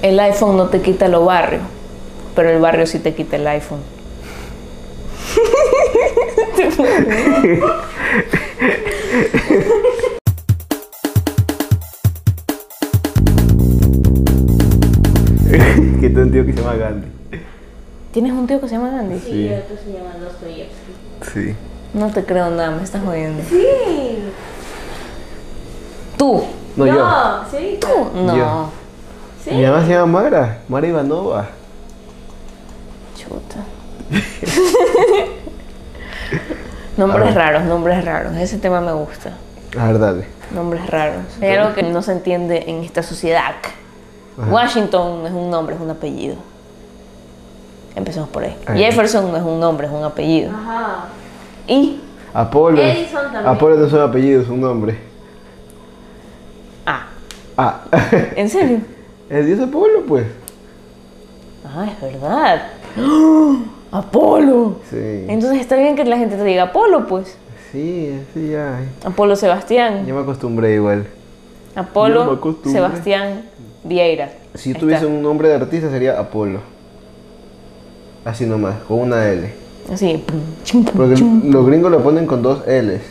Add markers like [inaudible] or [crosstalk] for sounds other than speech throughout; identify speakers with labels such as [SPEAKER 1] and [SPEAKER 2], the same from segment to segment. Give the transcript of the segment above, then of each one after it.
[SPEAKER 1] El iPhone no te quita los barrios, pero el barrio sí te quita el iPhone.
[SPEAKER 2] [laughs] que tengo un tío que se llama Gandhi.
[SPEAKER 1] ¿Tienes un tío que se llama Gandhi?
[SPEAKER 2] Sí.
[SPEAKER 3] Y otro se llama Dostoyevsky.
[SPEAKER 2] Sí.
[SPEAKER 1] No te creo nada, me estás jodiendo.
[SPEAKER 3] Sí.
[SPEAKER 1] ¿Tú?
[SPEAKER 2] No, yo.
[SPEAKER 3] sí.
[SPEAKER 1] No.
[SPEAKER 2] Yo.
[SPEAKER 3] Sí.
[SPEAKER 2] Mi mamá se llama Mara, Mara Ivanova. [laughs]
[SPEAKER 1] Chuta. nombres raros, nombres raros. Ese tema me gusta.
[SPEAKER 2] La verdad.
[SPEAKER 1] Nombres raros. Hay algo que no se entiende en esta sociedad.
[SPEAKER 2] Ajá.
[SPEAKER 1] Washington no es un nombre, es un apellido. Empecemos por ahí.
[SPEAKER 2] Ahí.
[SPEAKER 1] Jefferson no es un nombre, es un apellido.
[SPEAKER 3] Ajá.
[SPEAKER 1] Y.
[SPEAKER 2] Apolo.
[SPEAKER 3] Edison también.
[SPEAKER 2] Apolo no es un apellido, es un nombre.
[SPEAKER 1] Ah,
[SPEAKER 2] Ah. [laughs]
[SPEAKER 1] ¿en serio?
[SPEAKER 2] El dios Apolo, pues.
[SPEAKER 1] Ah, es verdad. ¡Ah! ¡Apolo!
[SPEAKER 2] Sí.
[SPEAKER 1] Entonces está bien que la gente te diga Apolo, pues.
[SPEAKER 2] Sí, así ya.
[SPEAKER 1] Apolo Sebastián.
[SPEAKER 2] Ya me acostumbré igual. yo me
[SPEAKER 1] Apolo
[SPEAKER 2] acostumbré.
[SPEAKER 1] Sebastián Vieira.
[SPEAKER 2] Si yo
[SPEAKER 1] Ahí
[SPEAKER 2] tuviese
[SPEAKER 1] está.
[SPEAKER 2] un nombre de artista sería Apolo. Así nomás, con una L.
[SPEAKER 1] Así. pum, chum, pum,
[SPEAKER 2] Porque
[SPEAKER 1] chum.
[SPEAKER 2] los gringos lo ponen con dos L's.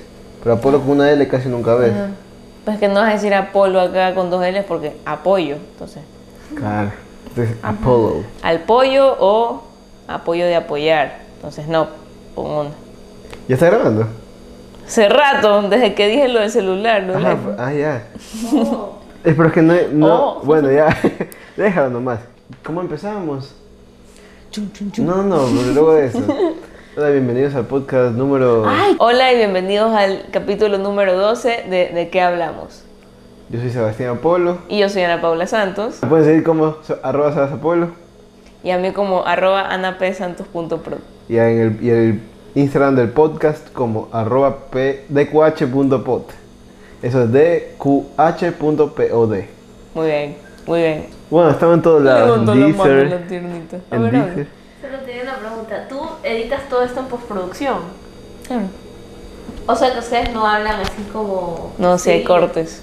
[SPEAKER 2] Pero Apolo con una L casi nunca ves.
[SPEAKER 1] Ajá. Pues que no vas a decir Apolo acá con dos L's porque apoyo. Entonces,
[SPEAKER 2] Claro. Entonces, Apolo.
[SPEAKER 1] al pollo o apoyo de apoyar. Entonces, no, pongo una.
[SPEAKER 2] ¿Ya está grabando?
[SPEAKER 1] Hace rato, desde que dije lo del celular, ¿no?
[SPEAKER 2] Ajá,
[SPEAKER 1] Le-
[SPEAKER 2] ah, ya.
[SPEAKER 3] Oh.
[SPEAKER 2] Eh, Pero es que no. no
[SPEAKER 1] Oh.
[SPEAKER 2] Bueno, ya. [laughs] Déjalo nomás. ¿Cómo empezamos?
[SPEAKER 1] Chum, chum, chum.
[SPEAKER 2] No, no, pero luego de eso. Hola, bienvenidos al podcast número.
[SPEAKER 1] Ay, Hola y bienvenidos al capítulo número 12 de ¿De qué hablamos?
[SPEAKER 2] Yo soy Sebastián Apolo.
[SPEAKER 1] Y yo soy Ana Paula Santos
[SPEAKER 2] Me pueden seguir como so- arroba Sabas Apolo.
[SPEAKER 1] y a mí como arroba anapsantos.pro.
[SPEAKER 2] Y en el, y el Instagram del podcast como arroba p- dqh.pod. Eso es dqh.pod.
[SPEAKER 1] Muy bien, muy bien.
[SPEAKER 2] Bueno, estaba en todos lados.
[SPEAKER 1] Levantó
[SPEAKER 2] En
[SPEAKER 1] la mano
[SPEAKER 2] Deezer,
[SPEAKER 1] la tiernita. A
[SPEAKER 2] en
[SPEAKER 1] ver, a ver.
[SPEAKER 2] Deezer.
[SPEAKER 3] Solo tenía una pregunta. ¿Tú editas todo esto en postproducción?
[SPEAKER 1] Claro.
[SPEAKER 3] O sea que ustedes no hablan así como.
[SPEAKER 1] No, si hay
[SPEAKER 3] Sí.
[SPEAKER 1] cortes.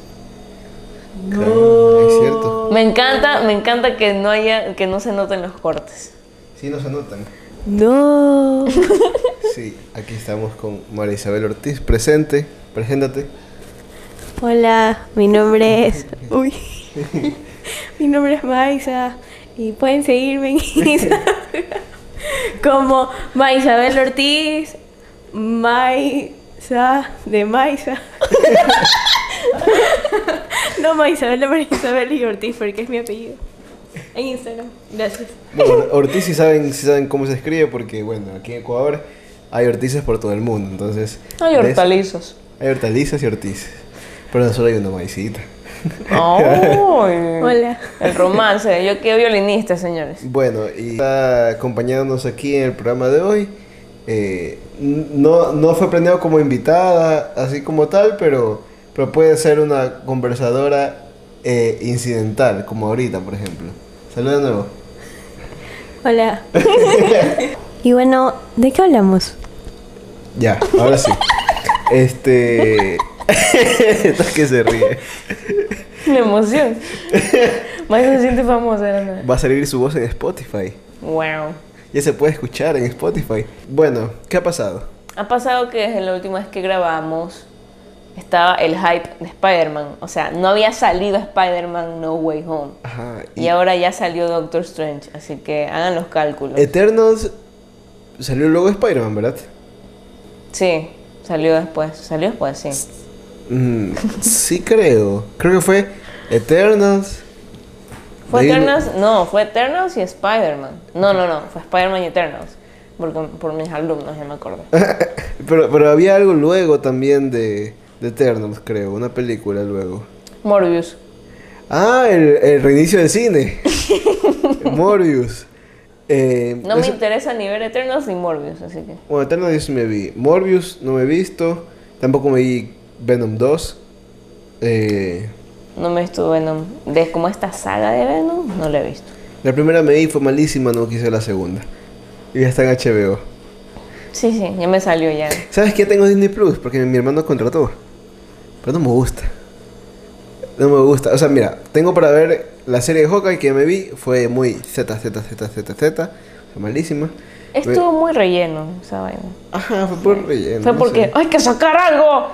[SPEAKER 2] Claro, es cierto.
[SPEAKER 1] Me encanta, me encanta que no haya, que no se noten los cortes.
[SPEAKER 2] Sí, nos anotan.
[SPEAKER 1] No.
[SPEAKER 2] [laughs] Sí, aquí estamos con María Isabel Ortiz, presente. Preséntate.
[SPEAKER 4] Hola, mi nombre
[SPEAKER 1] [laughs]
[SPEAKER 4] es. Uy. mi nombre es Maisa y pueden seguirme en
[SPEAKER 1] [laughs]
[SPEAKER 4] Instagram como Maisabel Ortiz, Maisa de Maisa.
[SPEAKER 1] [laughs]
[SPEAKER 4] no Maisabel, no Maisabel y Ortiz porque es mi apellido. En Instagram, gracias.
[SPEAKER 1] [laughs]
[SPEAKER 2] Bueno, Ortiz sí saben, sí saben cómo se escribe porque, bueno, aquí en Ecuador hay Ortizes por todo el mundo, entonces...
[SPEAKER 1] Hay
[SPEAKER 2] de-
[SPEAKER 1] hortalizos.
[SPEAKER 2] [laughs] Hay hortalizas y Ortiz. Pero solo hay una maicita.
[SPEAKER 1] Ay.
[SPEAKER 4] Hola.
[SPEAKER 1] El romance. Yo qué violinista, señores.
[SPEAKER 2] Bueno, y está acompañándonos aquí en el programa de hoy. Eh, n- no, no fue planeado como invitada, así como tal, pero, pero puede ser una conversadora eh, incidental, como ahorita, por ejemplo. Saluda de nuevo. [laughs]
[SPEAKER 4] Hola. y bueno, ¿de qué hablamos?
[SPEAKER 2] Ya, ahora sí. Este... [laughs] Esto es que se ríe.
[SPEAKER 1] La
[SPEAKER 2] [laughs]
[SPEAKER 1] emoción. Más se siente famosa de la nada.
[SPEAKER 2] Va a salir su voz en Spotify.
[SPEAKER 1] Wow.
[SPEAKER 2] Ya se puede escuchar en Spotify. Bueno, ¿qué ha pasado?
[SPEAKER 1] Ha pasado que desde la última vez que grabamos estaba el hype de Spider-Man. O sea, no había salido Spider-Man No Way Home.
[SPEAKER 2] Ajá.
[SPEAKER 1] Y ahora ya salió Doctor Strange, así que hagan los cálculos.
[SPEAKER 2] Este- Eternals salió luego de Spider-Man, ¿verdad?
[SPEAKER 1] Sí, salió después. Salió después, sí.
[SPEAKER 2] Mm, sí creo. Creo que fue Eternals.
[SPEAKER 1] ¿Fue
[SPEAKER 2] de ahí-
[SPEAKER 1] Eternals? No, fue Eternals y Spider-Man. No, no, no, fue Spider-Man y Eternals. Porque, por mis alumnos, ya me acordé.
[SPEAKER 2] Pero, pero había algo luego también de, de Eternals, creo. Una película luego.
[SPEAKER 1] Morbius.
[SPEAKER 2] Ah, el, el reinicio
[SPEAKER 1] [laughs]
[SPEAKER 2] del cine. Morbius. Eh,
[SPEAKER 1] No me
[SPEAKER 2] esa-
[SPEAKER 1] interesa ni ver Eternals ni Morbius, así que.
[SPEAKER 2] Bueno, Eternals yo sí me vi. Morbius no me he visto. Tampoco me vi Venom 2. Eh,
[SPEAKER 1] No me estuvo Venom. De como esta saga de Venom, no la he visto.
[SPEAKER 2] la primera me vi fue malísima, no quise la segunda. Y ya está en HBO.
[SPEAKER 1] Sí, sí, ya me salió ya.
[SPEAKER 2] ¿Sabes qué? Tengo Disney Plus porque mi hermano contrató. Pero no me gusta. No me gusta. O sea, mira, tengo para ver la serie de Hawkeye que me vi. Fue muy Z, Z, Z, Z, Z. Fue malísima.
[SPEAKER 1] Estuvo muy relleno esa vaina.
[SPEAKER 2] Ajá, fue por relleno.
[SPEAKER 1] Fue
[SPEAKER 2] no
[SPEAKER 1] porque
[SPEAKER 2] sé.
[SPEAKER 1] hay que sacar algo.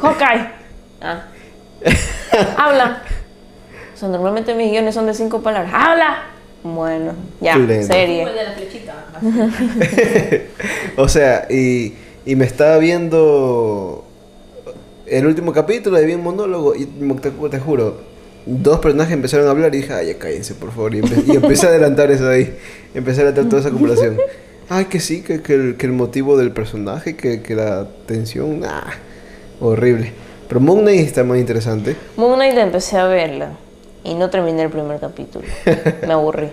[SPEAKER 1] Hawkeye. Ah. Habla. O sea, normalmente mis guiones son de cinco palabras. Habla. Bueno, ya,
[SPEAKER 2] Pleno.
[SPEAKER 3] Como el
[SPEAKER 1] serie.
[SPEAKER 3] de la flechita.
[SPEAKER 2] o sea, y, y me estaba viendo el último capítulo de un monólogo y mo- te, te juro, dos personajes empezaron a hablar y dije, ay, ya cállense, por favor. Y, empe- y empecé a adelantar eso ahí, empecé a adelantar toda esa comparación. Ay, que sí, que, que el, que el motivo del personaje, que, que la tensión, ah, horrible. Pero Moon Knight está muy interesante.
[SPEAKER 1] Moon Knight empecé a verla y no terminé el primer capítulo. Me aburrí.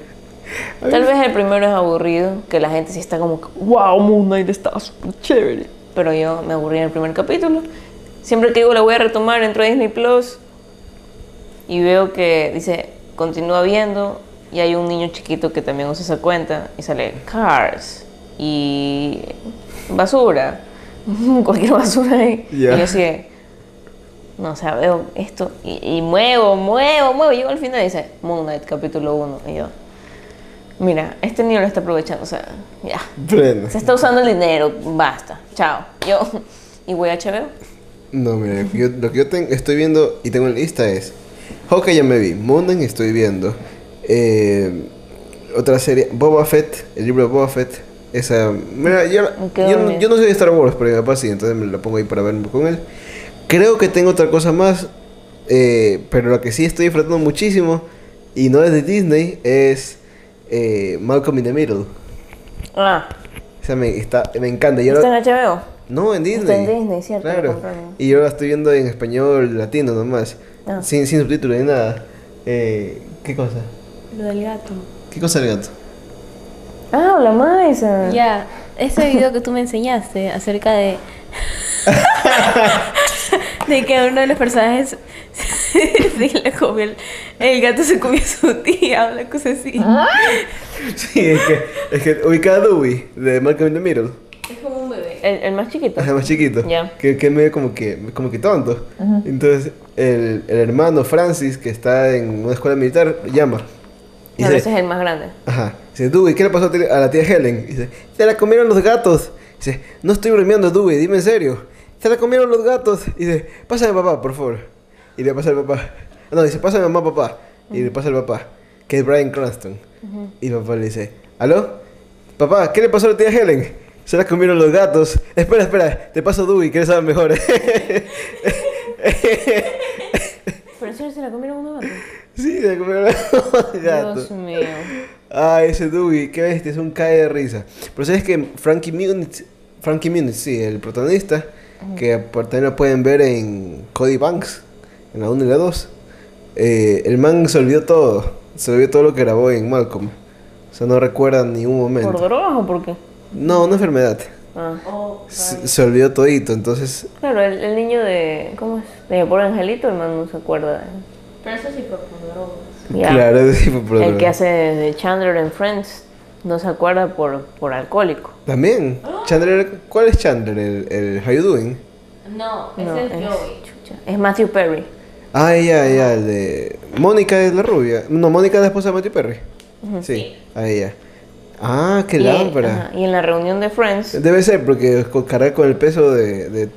[SPEAKER 1] Tal vez el primero es aburrido, que la gente sí está como, que, wow, Moon Knight está súper chévere. Pero yo me aburrí en el primer capítulo. Siempre que digo la voy a retomar, entro a Disney Plus y veo que dice, continúa viendo y hay un niño chiquito que también usa esa cuenta y sale Cars y basura, [laughs] cualquier basura ahí.
[SPEAKER 2] Ya.
[SPEAKER 1] Y yo así, de, no, o sea, veo esto y, y muevo, muevo, muevo. Y llego al final y dice Moon Knight capítulo 1 y yo... Mira, este niño lo está aprovechando, o sea, ya.
[SPEAKER 2] Pleno.
[SPEAKER 1] Se está usando el dinero, basta. Chao. Yo. Y voy a HBO.
[SPEAKER 2] No, mira, lo que yo, lo que yo ten- estoy viendo y tengo en lista es Hawkeye ya me vi, Moon Knight estoy viendo eh, Otra serie, Boba Fett, el libro de Boba Fett Esa, mira, yo,
[SPEAKER 1] Me quedo
[SPEAKER 2] yo, no-
[SPEAKER 1] dormida.
[SPEAKER 2] yo no soy de Star Wars, pero mi papá sí, entonces me la pongo ahí para ver con él Creo que tengo otra cosa más, eh, pero la que sí estoy disfrutando muchísimo Y no es de Disney, es eh, Malcolm in the Middle
[SPEAKER 1] Ah,
[SPEAKER 2] O sea, me, está, me encanta yo lo-
[SPEAKER 1] ¿está en HBO?
[SPEAKER 2] no, en Disney.
[SPEAKER 1] Está en Disney, cierto, lo
[SPEAKER 2] Claro.
[SPEAKER 1] compraron.
[SPEAKER 2] Y yo la estoy viendo en español latino nomás.
[SPEAKER 1] Ah.
[SPEAKER 2] Sin, sin subtítulo ni nada. Eh, ¿Qué cosa?
[SPEAKER 4] Lo del gato.
[SPEAKER 2] ¿Qué cosa el gato?
[SPEAKER 1] Ah, hola, Maisa.
[SPEAKER 4] Ya, ese video que tú me enseñaste acerca de. de que uno de los personajes. [laughs] sí, le comió el, el gato se comió a su tía, una cosa así.
[SPEAKER 2] [laughs] sí, es que, es que ubica a Dewey de Malcolm in the Middle.
[SPEAKER 3] Es como un bebé.
[SPEAKER 1] El, el más chiquito.
[SPEAKER 2] O sea, más chiquito.
[SPEAKER 1] Ah. Ya.
[SPEAKER 2] Que, que es medio como que, como que tonto. Entonces, el, el hermano Francis, que está en una escuela militar, llama. Y
[SPEAKER 1] Claro,
[SPEAKER 2] dice,
[SPEAKER 1] ese es el más grande.
[SPEAKER 2] Ajá. Dice, Dewey, ¿qué le pasó a ti- a la tía Helen? Dice, se la comieron los gatos. Dice, no estoy bromeando, Dewey, dime en serio. Se la comieron los gatos. Dice, pásame papá, por favor. Y le pasa al papá. Ah, No, dice, pásame mamá, papá. Y le pasa al papá, que es Brian Cranston. Y el papá le dice, ¿aló? Papá, ¿qué le pasó a la tía Helen? Se la comieron los gatos. Espera, espera, te paso Dewey, que él sabe mejor. [laughs]
[SPEAKER 1] Pero eso se la comieron unos gatos.
[SPEAKER 2] sí, se la comieron [laughs] los gatos.
[SPEAKER 1] Dios mío.
[SPEAKER 2] Ah, ese Dewey, qué bestia, es un cae de risa. Pero sabes que Frankie Muniz, Frankie Muniz, sí, el protagonista, que por también lo pueden ver en Cody Banks, en la 1 y la 2. eh, el man se olvidó todo, se olvidó todo lo que grabó en Malcolm. O sea, no recuerda ningún
[SPEAKER 1] ¿Por
[SPEAKER 2] momento.
[SPEAKER 1] drogas o por qué?
[SPEAKER 2] No, una enfermedad.
[SPEAKER 1] Ah.
[SPEAKER 3] Oh,
[SPEAKER 2] Se, se olvidó todito, entonces...
[SPEAKER 1] Claro, el, el niño de. ¿Cómo es? De por Angelito, el man no se acuerda.
[SPEAKER 3] pero eso sí fue por drogas.
[SPEAKER 1] Ya.
[SPEAKER 2] Claro, [laughs] ese tipo de
[SPEAKER 1] El que
[SPEAKER 2] problema.
[SPEAKER 1] hace de Chandler en Friends no se acuerda por, por alcohólico.
[SPEAKER 2] También.
[SPEAKER 1] ¡Ah!
[SPEAKER 2] Chandler, ¿cuál es Chandler? El, el How You Doing.
[SPEAKER 3] No, ese
[SPEAKER 1] No, es-
[SPEAKER 3] es Joey.
[SPEAKER 1] chucha, es Matthew Perry.
[SPEAKER 2] Ah, ya, ya, el de... Mónica es la rubia. No, Mónica es la esposa de Matthew Perry. Sí, a ella. Ah, qué
[SPEAKER 1] Y-
[SPEAKER 2] lámpara.
[SPEAKER 1] ajá, Y en la reunión de Friends,
[SPEAKER 2] Debe ser porque co- cargar con el peso de, de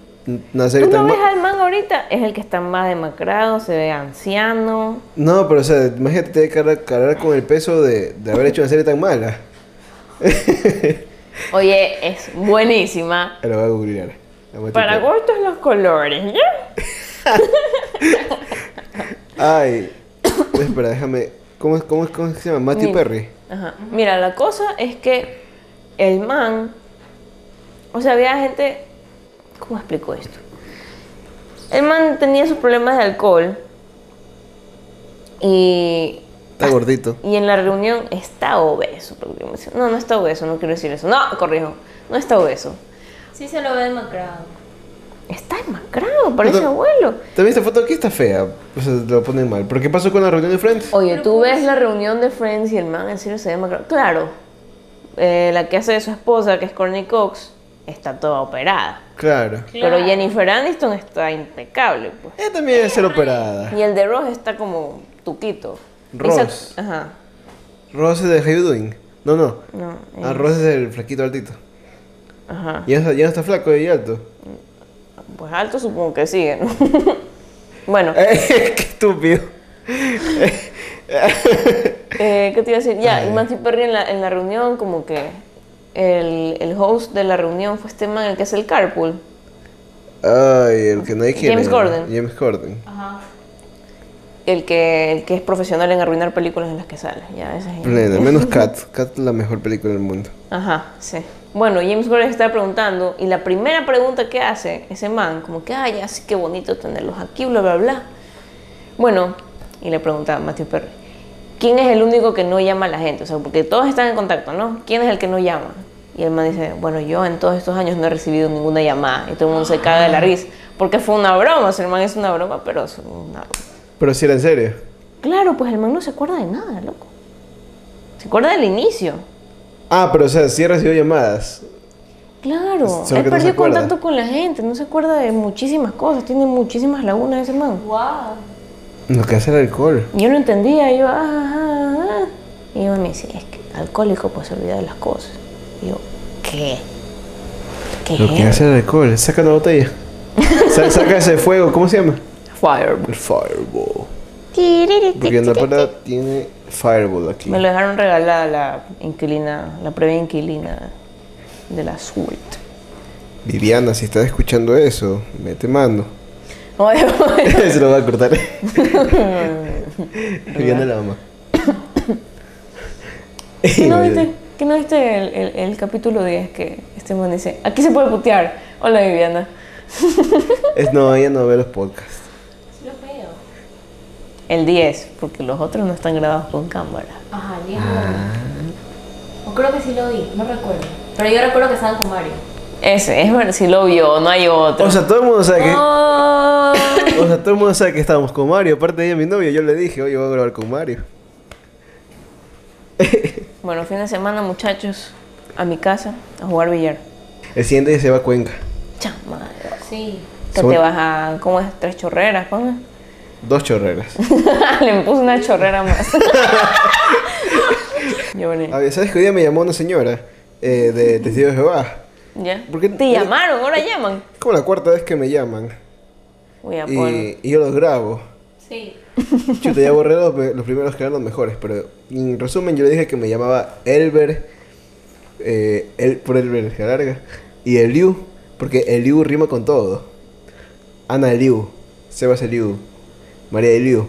[SPEAKER 2] una serie
[SPEAKER 1] ¿tú no
[SPEAKER 2] tan ma-
[SPEAKER 1] ves al man ahorita? Es el que está más demacrado, se ve anciano.
[SPEAKER 2] No, pero o sea, imagínate debe cargar, cargar con el peso de, de haber hecho una serie tan mala.
[SPEAKER 1] Oye, es buenísima.
[SPEAKER 2] Lo voy a googlear. a Matthew
[SPEAKER 1] Para
[SPEAKER 2] Perry.
[SPEAKER 1] gustos los colores, ¿ya?
[SPEAKER 2] Ay. [coughs] Espera, déjame. ¿Cómo, es- cómo, es- cómo es que se llama? Matthew
[SPEAKER 1] Mira.
[SPEAKER 2] Perry.
[SPEAKER 1] Ajá. Mira, la cosa es que el man, o sea, había gente, ¿cómo explico esto? El man tenía sus problemas de alcohol y
[SPEAKER 2] Está gordito.
[SPEAKER 1] Y en la reunión está obeso. prácticamente. No, no está obeso, no quiero decir eso. No, corrijo. No está obeso.
[SPEAKER 3] Sí se lo ve demacrado.
[SPEAKER 1] Está demacrado, parece
[SPEAKER 2] Pero-
[SPEAKER 1] abuelo.
[SPEAKER 2] También esta foto aquí está fea. O sea, lo ponen mal. ¿Pero qué pasó con la reunión de Friends?
[SPEAKER 1] Oye,
[SPEAKER 3] Pero
[SPEAKER 1] tú
[SPEAKER 3] ¿cómo
[SPEAKER 1] ves
[SPEAKER 3] así?
[SPEAKER 1] la reunión de Friends y el man en serio se ve demacrado. Claro, eh, la que hace de su esposa, que es Courtney Cox, está toda operada.
[SPEAKER 2] Claro.
[SPEAKER 1] Pero Jennifer Aniston está impecable, pues.
[SPEAKER 2] Ella también debe ser operada.
[SPEAKER 1] Y el de Ross está como tuquito.
[SPEAKER 2] Ross.
[SPEAKER 1] Isaac- Ajá.
[SPEAKER 2] Rose es de How You Doing. No, no.
[SPEAKER 1] No. eh,
[SPEAKER 2] Ah, Ross es el flaquito altito.
[SPEAKER 1] Ajá.
[SPEAKER 2] Ya, está- ya no está flaco
[SPEAKER 1] [laughs]
[SPEAKER 2] y alto.
[SPEAKER 1] Pues alto supongo que sigue, ¿no? [laughs] bueno,
[SPEAKER 2] Eh, ¡Qué estúpido!
[SPEAKER 1] eh, ¿qué te iba a decir? Ya, y Matthew Perry en la, en la reunión, como que el, el host de la reunión fue este man, el que es el carpool.
[SPEAKER 2] Ay, el que nadie quiere.
[SPEAKER 1] James Corden. Ah.
[SPEAKER 2] James Corden.
[SPEAKER 3] Ajá.
[SPEAKER 1] El que, el que es profesional en arruinar películas en las que sale. Ya, ese es-
[SPEAKER 2] Plena.
[SPEAKER 1] [laughs]
[SPEAKER 2] Menos Cat. Cat es la mejor película del mundo.
[SPEAKER 1] Ajá, sí. Bueno, James Gordon está preguntando y la primera pregunta que hace ese man, como que, ay, así que bonito tenerlos aquí, bla, bla, bla. Bueno, y le pregunta a Matthew Perry, ¿quién es el único que no llama a la gente? O sea, porque todos están en contacto, ¿no? ¿Quién es el que no llama? Y el man dice, bueno, yo en todos estos años no he recibido ninguna llamada y todo el mundo se caga de la risa, porque fue una broma, o sea, el man es una broma, pero es una broma.
[SPEAKER 2] Pero si era en serio.
[SPEAKER 1] Claro, pues el man no se acuerda de nada, loco. Se acuerda del inicio.
[SPEAKER 2] Ah, pero o sea, sí recibió llamadas.
[SPEAKER 1] Claro,
[SPEAKER 2] Solo
[SPEAKER 1] él
[SPEAKER 2] que no se
[SPEAKER 1] perdió
[SPEAKER 2] acuerda.
[SPEAKER 1] contacto con la gente, no se acuerda de muchísimas cosas, tiene muchísimas lagunas ese man.
[SPEAKER 3] Wow.
[SPEAKER 2] Lo que hace el alcohol.
[SPEAKER 1] Yo no entendía, yo, ah, ah, ah". Y yo me dice, es que alcohólico pues se olvida de las cosas. Y yo, ¿qué? ¿Qué
[SPEAKER 2] Lo que
[SPEAKER 1] es?
[SPEAKER 2] hace el alcohol. Saca
[SPEAKER 1] [laughs]
[SPEAKER 2] una botella. Sa- saca ese fuego. ¿Cómo se llama?
[SPEAKER 1] Fireball.
[SPEAKER 2] El fireball.
[SPEAKER 1] Tiriri, tic,
[SPEAKER 2] Porque en la
[SPEAKER 1] tic, tic.
[SPEAKER 2] parada tiene fireball aquí.
[SPEAKER 1] Me lo dejaron regalada la inquilina, la previa inquilina de la suite.
[SPEAKER 2] Viviana, si estás escuchando eso, mete mano.
[SPEAKER 1] Oye, [laughs] oye.
[SPEAKER 2] [laughs] Se lo va a cortar. Viviana la mamá.
[SPEAKER 1] ¿Qué
[SPEAKER 2] [laughs]
[SPEAKER 1] no viste, qué no viste el, el- el capítulo 10 que este man dice, aquí se puede putear? Hola Viviana.
[SPEAKER 2] Es, no, ella no ve los podcasts.
[SPEAKER 3] Sí lo veo.
[SPEAKER 1] El 10, porque los otros no están grabados con cámara.
[SPEAKER 3] Ajá, el día
[SPEAKER 2] Ah.
[SPEAKER 3] O creo que sí lo vi, no recuerdo. Pero yo recuerdo que estaban con Mario.
[SPEAKER 1] Ese, es ver si lo vio, no hay otro.
[SPEAKER 2] O sea, todo el mundo sabe que.
[SPEAKER 1] Oh.
[SPEAKER 2] O sea, todo el mundo sabe que estábamos con Mario. Aparte de ella, mi novia, yo le dije, oye, voy a grabar con Mario.
[SPEAKER 1] Bueno, fin de semana, muchachos, a mi casa a jugar billar.
[SPEAKER 2] El siguiente día se va a Cuenca.
[SPEAKER 1] Chama,
[SPEAKER 3] Sí.
[SPEAKER 1] que
[SPEAKER 2] Son-
[SPEAKER 1] te vas a, ¿cómo es? Tres chorreras, ¿cómo es?
[SPEAKER 2] Dos chorreras.
[SPEAKER 1] [laughs] Le puse una chorrera
[SPEAKER 2] [laughs]
[SPEAKER 1] más. Yo
[SPEAKER 2] A
[SPEAKER 1] bueno,
[SPEAKER 2] ver, Ah, ¿sabes que hoy día me llamó una señora eh, de Testigos de Jehová?
[SPEAKER 1] ya.
[SPEAKER 2] ¿Por qué-
[SPEAKER 1] Te llamaron, ahora llaman.
[SPEAKER 2] Es como la cuarta vez que me llaman.
[SPEAKER 1] Voy a poner.
[SPEAKER 2] Y, y yo los grabo.
[SPEAKER 3] Sí.
[SPEAKER 2] Chuta, ya borré los, los primeros que eran los mejores, pero en resumen yo le dije que me llamaba Elber, eh, el, por Elber, la larga, y Eliu, porque Eliu rima con todo. Ana Eliu, Sebas Eliu, María Eliu,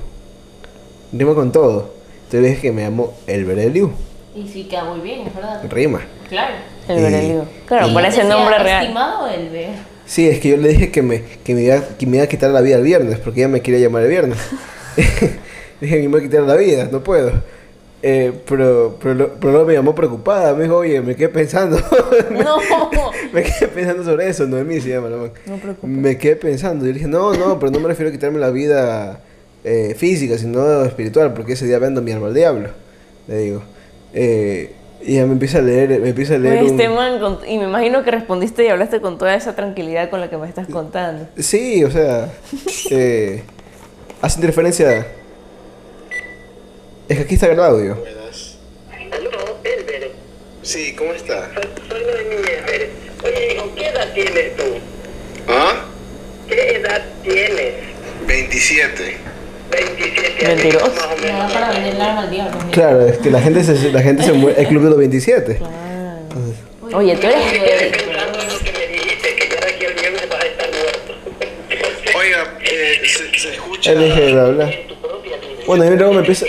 [SPEAKER 2] rima con todo. Entonces le dije que me llamó Elber Eliu,
[SPEAKER 3] Y sí queda muy bien, es verdad.
[SPEAKER 2] rima.
[SPEAKER 3] Claro.
[SPEAKER 1] El
[SPEAKER 2] y-
[SPEAKER 1] Bereliu. Claro,
[SPEAKER 2] y-
[SPEAKER 1] por ese nombre
[SPEAKER 3] Decía,
[SPEAKER 1] real.
[SPEAKER 3] Estimado Elbe.
[SPEAKER 2] Sí, es que yo le dije que me, que me, iba, que me iba a quitar la vida el viernes, porque ella me quería llamar el viernes. [laughs] dije, me iba a quitar la vida, no puedo. Eh, pero, pero, lo- pero luego me llamó preocupada, me dijo, oye, me quedé pensando. [laughs] me,
[SPEAKER 1] No.
[SPEAKER 2] me quedé pensando sobre eso, Noemí se llama la man. Me quedé pensando, yo le dije, no, no, pero no me refiero a quitarme la vida eh, física, sino espiritual, porque ese día vendo mi alma al diablo, le digo. Eh, y ella me empieza a leer, me empieza a
[SPEAKER 1] Oye,
[SPEAKER 2] leer un-
[SPEAKER 1] Este man, con- y me imagino que respondiste y hablaste con toda esa tranquilidad con la que me estás contando.
[SPEAKER 2] Sí,
[SPEAKER 1] [laughs]
[SPEAKER 2] o sea, eh, hace interferencia. Es que aquí está el audio.
[SPEAKER 5] Aló, Elber.
[SPEAKER 2] Sí, ¿cómo está?
[SPEAKER 5] Soy, soy Noemí Elber. Oye, hijo, ¿qué edad tienes tú?
[SPEAKER 2] ¿Ah?
[SPEAKER 5] ¿Qué edad tienes?
[SPEAKER 2] 27.
[SPEAKER 5] 27
[SPEAKER 1] Mentiroso.
[SPEAKER 5] años más o
[SPEAKER 3] Me da
[SPEAKER 5] menos.
[SPEAKER 3] para vender el arma al diablo.
[SPEAKER 2] Claro, es que la gente se, la gente se muere. El club de los 27. Entonces,
[SPEAKER 1] Oye, tú
[SPEAKER 2] [laughs]
[SPEAKER 1] eres-
[SPEAKER 5] Estoy pensando en lo que me dijiste, que ya de aquí al viernes vas a estar muerto.
[SPEAKER 6] Oiga, eh, se, se escucha.
[SPEAKER 2] él dije, bla, bla.
[SPEAKER 5] En tu propia vida.
[SPEAKER 2] Bueno, y luego me empieza,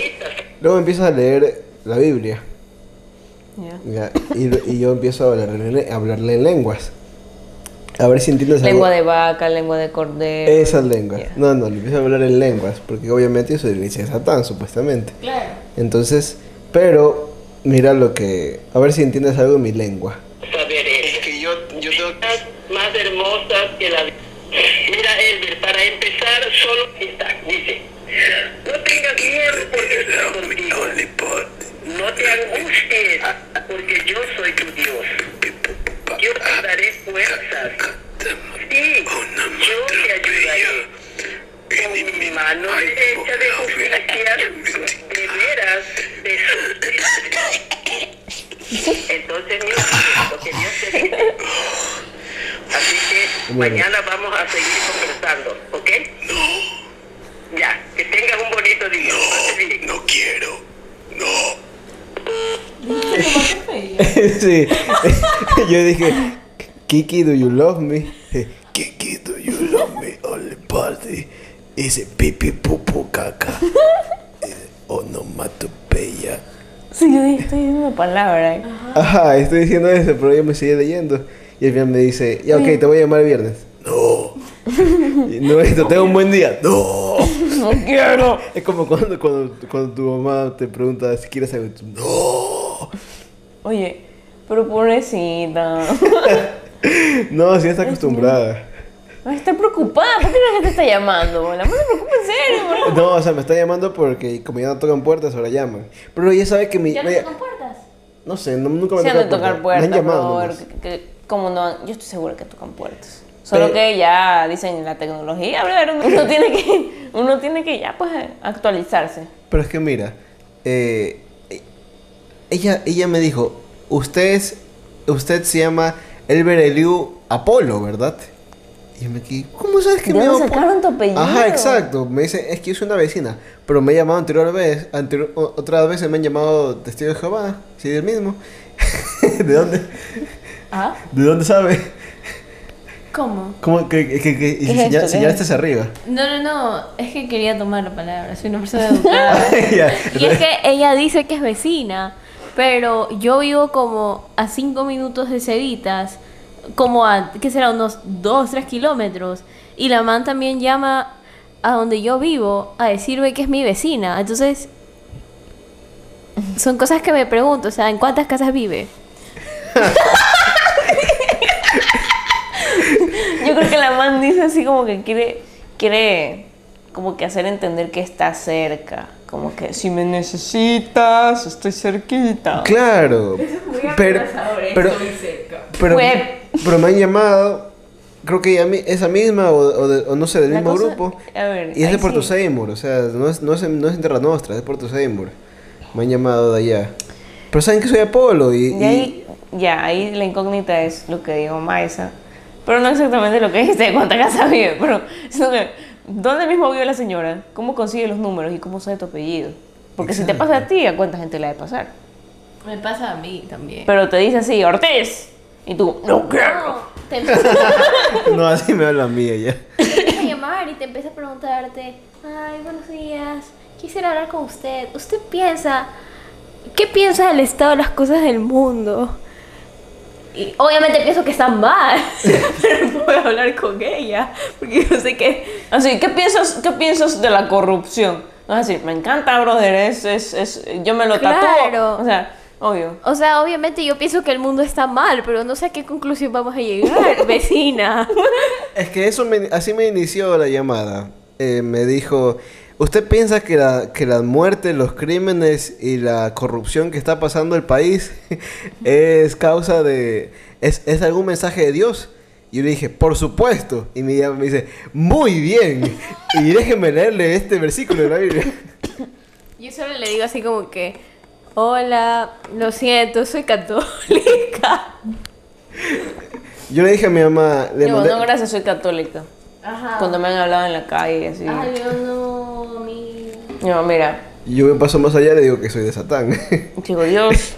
[SPEAKER 2] luego me empieza a leer la Biblia.
[SPEAKER 1] Ya.
[SPEAKER 2] ya, y, y yo empiezo a hablarle, a hablarle lenguas. A ver si entiendes algo.
[SPEAKER 1] Lengua de vaca, lengua de cordero.
[SPEAKER 2] Esas lenguas.
[SPEAKER 1] Ya.
[SPEAKER 2] No, no, le empiezo a hablar en lenguas. Porque obviamente eso es la iglesia de Satán, supuestamente.
[SPEAKER 3] Claro.
[SPEAKER 2] Entonces, pero mira lo que. A ver si entiendes algo de mi lengua.
[SPEAKER 5] Saber
[SPEAKER 6] Es
[SPEAKER 5] eso.
[SPEAKER 6] que yo, yo tengo que.
[SPEAKER 5] Estás más hermosas que la vida. Mira, Elber, para empezar, solo está, dice. No tengas miedo porque estoy contigo. No te angusties porque yo soy tu Dios. Yo te daré fuerza ayudas. Sí, yo te ayudaré. Con mi mano derecha de justicia, de veras, de su- Entonces, mi hijo, lo que Dios te dice. Así que
[SPEAKER 2] Bueno.
[SPEAKER 5] mañana vamos a seguir conversando, ¿ok? No. Ya, que tengas un bonito día. No, no quiero. No.
[SPEAKER 2] sí. [laughs] Yo dije, Kiki, do you love me? Kiki, do you love me? All party. Dice pipi pupu caca. Eh, Onomatopeya.
[SPEAKER 1] Sí, yo dije, estoy diciendo una palabra. ¿eh? [laughs]
[SPEAKER 2] Ajá, estoy diciendo eso, pero ella me sigue leyendo. Y el final me dice, ya ok, te voy a llamar el viernes. No. [laughs] Y No, esto, tengo un buen día. No.
[SPEAKER 1] No quiero.
[SPEAKER 2] Es como cuando, cuando, cuando tu mamá te pregunta si quieres algo. y tú, No.
[SPEAKER 1] Oye, pero pobrecita.
[SPEAKER 2] No, si está acostumbrada.
[SPEAKER 1] Ay, está preocupada. ¿Por qué la gente está llamando? La madre se preocupa en serio. boludo.
[SPEAKER 2] No, o sea, me está llamando porque como ya no tocan puertas, ahora llaman. Pero ella sabe que mi...
[SPEAKER 3] ¿Ya no
[SPEAKER 2] ella-
[SPEAKER 3] tocan puertas?
[SPEAKER 2] no sé, no, nunca me
[SPEAKER 1] Se
[SPEAKER 2] han
[SPEAKER 1] han de
[SPEAKER 2] tocado
[SPEAKER 1] tocar
[SPEAKER 2] puertas.
[SPEAKER 1] puertas,
[SPEAKER 2] Me han
[SPEAKER 1] por
[SPEAKER 2] llamado
[SPEAKER 1] favor.
[SPEAKER 2] nomás.
[SPEAKER 1] que- que- como no han- yo estoy segura que tocan puertas. Solo
[SPEAKER 2] Pero-
[SPEAKER 1] que ya dicen la tecnología, brother, uno [laughs] tiene que, uno tiene que ya pues actualizarse.
[SPEAKER 2] Pero es que mira, eh, ella, ella me dijo, usted, es- usted se llama Elber Eliu Apolo, ¿verdad? Y yo me quedé, ¿cómo sabes que
[SPEAKER 1] ¿De
[SPEAKER 2] me
[SPEAKER 1] dónde
[SPEAKER 2] llamo Apolo?"
[SPEAKER 1] sacaron tu apellido?
[SPEAKER 2] Ajá, exacto. Me dice, es que yo soy una vecina, pero me he llamado anterior vez, anterior, o- otras veces me han llamado Testigo de Jehová, sí, del mismo. [laughs] ¿De dónde?
[SPEAKER 4] ¿Ah?
[SPEAKER 2] ¿De dónde sabe?
[SPEAKER 4] ¿Cómo?
[SPEAKER 2] ¿Cómo que, que, que- que- y
[SPEAKER 1] ¿Qué es
[SPEAKER 2] señal-
[SPEAKER 1] esto? ¿Qué es?
[SPEAKER 2] señalaste hacia arriba?
[SPEAKER 4] No, no, no. Es que quería tomar la palabra. Soy una persona
[SPEAKER 1] Ah.
[SPEAKER 4] educada.
[SPEAKER 2] [laughs] Ya.
[SPEAKER 4] Y es que ella dice que es vecina, pero yo vivo como a cinco minutos de Cevitas, como a, ¿qué será? Unos 2, 3 kilómetros. Y la man también llama a donde yo vivo a decirme que es mi vecina. Entonces, son cosas que me pregunto, o sea, ¿en cuántas casas vive?
[SPEAKER 1] Yo creo que la man dice así como que quiere, quiere como que hacer entender que está cerca. Como que si me necesitas, estoy cerquita.
[SPEAKER 2] Claro. pero, pero, pero,
[SPEAKER 1] Fue-
[SPEAKER 2] pero me han llamado, creo que ya mi- esa misma o, o de- o no sé, del
[SPEAKER 1] La
[SPEAKER 2] mismo
[SPEAKER 1] cosa-
[SPEAKER 2] grupo.
[SPEAKER 1] a ver,
[SPEAKER 2] y es de
[SPEAKER 1] ahí
[SPEAKER 2] Puerto
[SPEAKER 1] sí.
[SPEAKER 2] Seymour, o sea, no es, no es, en- no es en Terra Nostra, es de Puerto Seymour. Me han llamado de allá. Pero saben que soy Apolo y...
[SPEAKER 1] Y ahí, ya, ahí la incógnita es lo que dijo Maisa. Pero no exactamente lo que [laughs] dijiste de cuánta casa vive, pero sino que, ¿dónde mismo vive la señora? ¿Cómo consigue los números y cómo sabe tu apellido? Porque si te pasa a ti, ¿a cuánta gente le ha de pasar?
[SPEAKER 4] [laughs] Me pasa a mí también.
[SPEAKER 1] Pero te dice así, Ortiz. Y tú, no quiero.
[SPEAKER 3] Te empiezas
[SPEAKER 2] y- [laughs] no, así me habla a mí allá.
[SPEAKER 3] a llamar y te empieza a preguntarte, ay, buenos días, quisiera hablar con usted. ¿Usted piensa?
[SPEAKER 4] ¿Qué piensa del estado de las cosas del mundo? Y obviamente pienso que están mal, [laughs] pero no puedo hablar con ella, porque yo sé que...
[SPEAKER 1] Así, ¿qué piensas, ¿qué piensas de la corrupción? No es decir, me encanta, brother, es, es, es, yo me lo
[SPEAKER 4] Claro.
[SPEAKER 1] tatúo. O sea, obvio.
[SPEAKER 4] O sea, obviamente yo pienso que el mundo está mal, pero no sé a qué conclusión vamos a llegar, vecina.
[SPEAKER 2] Es que eso me- así me inició la llamada. Eh, me dijo, ¿usted piensa que la, que la muerte, los crímenes y la corrupción que está pasando el país [laughs] es causa de... Es, es algún mensaje de Dios? Y yo le dije, por supuesto. Y mi llama me dice, muy bien. Y déjeme leerle este versículo de la Biblia.
[SPEAKER 4] Yo solo le digo así como que, hola, lo siento, soy católica.
[SPEAKER 2] Yo le dije a mi mamá, le
[SPEAKER 1] Yo,
[SPEAKER 2] mandé-
[SPEAKER 1] no, gracias, soy católica.
[SPEAKER 3] Ajá.
[SPEAKER 1] Cuando me han hablado en la calle, así.
[SPEAKER 3] Ah. Ay, yo no, mi...
[SPEAKER 1] No, mira,
[SPEAKER 2] yo me paso más allá y le digo que soy de Satán. [laughs]
[SPEAKER 1] Digo, Dios.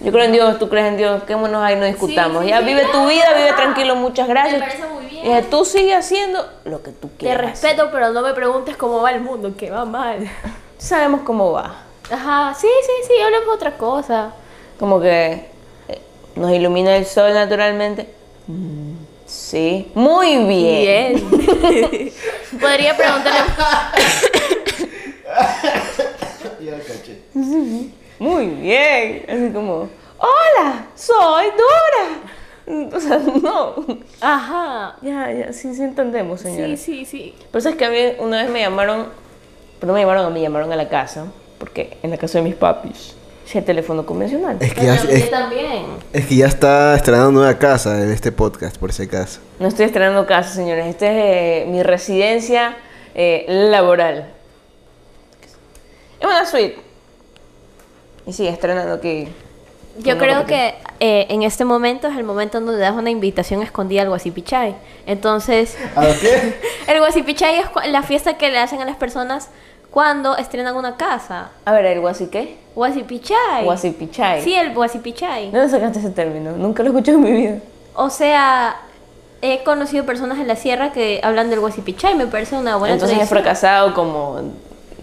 [SPEAKER 1] Yo creo en Dios, tú crees en Dios, quémonos ahí, no discutamos.
[SPEAKER 3] sí,
[SPEAKER 1] ya
[SPEAKER 3] sí.
[SPEAKER 1] vive tu vida, vive tranquilo, muchas gracias.
[SPEAKER 3] Me parece muy bien.
[SPEAKER 1] Y dice, tú sigue haciendo lo que tú
[SPEAKER 4] Te
[SPEAKER 1] quieras.
[SPEAKER 4] respeto, pero no me preguntes cómo va el mundo, que va mal.
[SPEAKER 1] Sabemos cómo va.
[SPEAKER 4] Ajá, sí, sí, sí, hablemos de otra cosa.
[SPEAKER 1] Como que eh, nos ilumina el sol naturalmente. Mm, Sí. Muy bien. [laughs]
[SPEAKER 4] Bien. Podría preguntarle.
[SPEAKER 2] Ya caché.
[SPEAKER 1] Muy bien. Así como, hola, soy Dora. O sea, no.
[SPEAKER 4] Ajá.
[SPEAKER 1] Ya, ya, sí, sí entendemos, señora.
[SPEAKER 4] Sí, sí, sí.
[SPEAKER 1] Pero sabes que a mí una vez me llamaron, pero no me llamaron a mí, llamaron a la casa, porque en la casa de mis papis. el teléfono convencional.
[SPEAKER 2] Es que,
[SPEAKER 4] Pero
[SPEAKER 2] ya,
[SPEAKER 4] yo
[SPEAKER 2] es,
[SPEAKER 4] también.
[SPEAKER 2] es que ya está estrenando nueva casa en este podcast, por si acaso.
[SPEAKER 1] No estoy estrenando casa, señores. Esta es eh, mi residencia eh, laboral. Es una suite. Y sigue estrenando aquí.
[SPEAKER 4] Yo
[SPEAKER 1] Una
[SPEAKER 4] creo
[SPEAKER 1] copia.
[SPEAKER 4] que eh, en este momento es el momento en donde das una invitación escondida al Guasipichay. Entonces,
[SPEAKER 2] ¿A qué?
[SPEAKER 4] el Guasipichay es cu- la fiesta que le hacen a las personas cuando estrenan una casa.
[SPEAKER 1] A ver, ¿el guasiqué?
[SPEAKER 4] Guasipichay.
[SPEAKER 1] Guasipichay.
[SPEAKER 4] Sí, el Guasipichay.
[SPEAKER 1] ¿Dónde sacaste ese término? Nunca lo he escuchado en mi vida.
[SPEAKER 4] O sea, he conocido personas en la sierra que hablan del Guasipichay. Me parece una buena
[SPEAKER 1] Entonces es
[SPEAKER 4] tradición.
[SPEAKER 1] fracasado como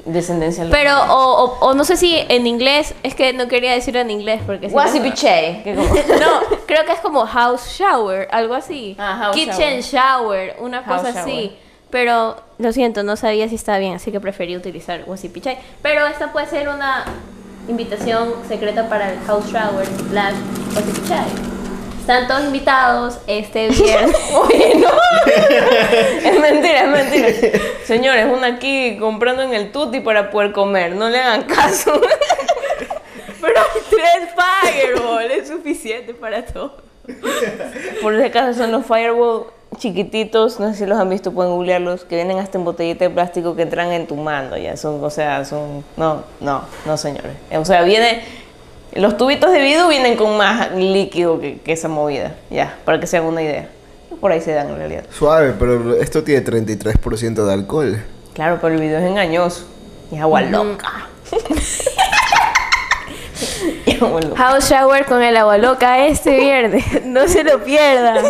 [SPEAKER 1] descendencia local.
[SPEAKER 4] Pero, o, o- o no sé si en inglés, es que no quería decirlo en inglés porque... si no-
[SPEAKER 1] Guasipichay. que como-
[SPEAKER 4] [laughs] No, creo que es como house shower, algo así.
[SPEAKER 1] Ah, house
[SPEAKER 4] Kitchen shower, una
[SPEAKER 1] House
[SPEAKER 4] cosa así. Pero lo siento, no sabía si estaba bien, así que preferí utilizar Wasipichay. Pero esta puede ser una invitación secreta para el house shower slash Wasipichay. Están todos invitados
[SPEAKER 1] [laughs]
[SPEAKER 4] este [laughs] viernes.
[SPEAKER 1] Bueno. es mentira, es mentira. Señores, uno aquí comprando en el tuti para poder comer. No le hagan caso. [laughs]
[SPEAKER 4] Pero hay tres fireball es suficiente para todo.
[SPEAKER 1] Por si acaso son los Fireball chiquititos, no sé si los han visto, pueden googlearlos, que vienen hasta en botellita de plástico que entran en tu mano, ya son, o sea, son, no, no, no señores. O sea, viene, los tubitos de vidrio vienen con más líquido que, que esa movida, ya, para que se hagan una idea. Por ahí se dan en realidad.
[SPEAKER 2] Suave, pero esto tiene 33% de alcohol.
[SPEAKER 1] Claro, pero el video es engañoso. Y es agua loca. [laughs] Y es agua loca.
[SPEAKER 4] House shower con el agua loca este viernes. [laughs] No se lo pierdan.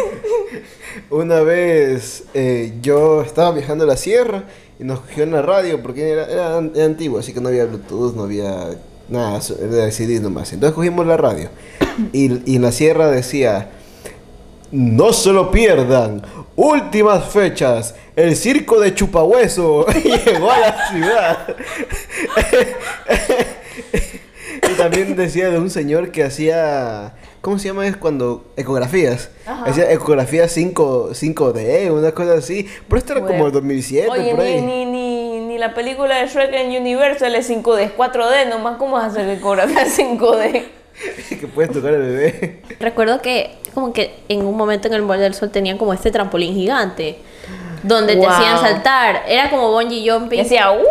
[SPEAKER 2] Una vez eh, yo estaba viajando a la sierra y nos cogió en la radio porque era, era, an- era antiguo, así que no había Bluetooth, no había nada, so- era de CD nomás. Entonces cogimos la radio y, y en la sierra decía, no se lo pierdan, últimas fechas, el circo de Chupahueso [laughs] llegó a la ciudad. [laughs] Y también decía de un señor que hacía. ¿Cómo se llama? Es cuando. Ecografías. Hacía ecografías 5, 5D, una cosa así. Pero esto era como
[SPEAKER 1] Bueno.
[SPEAKER 2] 2007,
[SPEAKER 1] Oye,
[SPEAKER 2] Este por
[SPEAKER 1] ni,
[SPEAKER 2] ahí.
[SPEAKER 1] ni, ni, ni la película de Shrek en Universal es 5D, es 4D, nomás cómo vas a hacer [laughs] ecografía 5D.
[SPEAKER 2] [laughs] que puedes tocar al bebé.
[SPEAKER 4] Recuerdo que como que en un momento en el Mall del Sol tenían como este trampolín gigante donde te
[SPEAKER 1] Wow.
[SPEAKER 4] hacían saltar. Era como bungee
[SPEAKER 1] Y
[SPEAKER 4] jumping.
[SPEAKER 1] decía, ¡guau!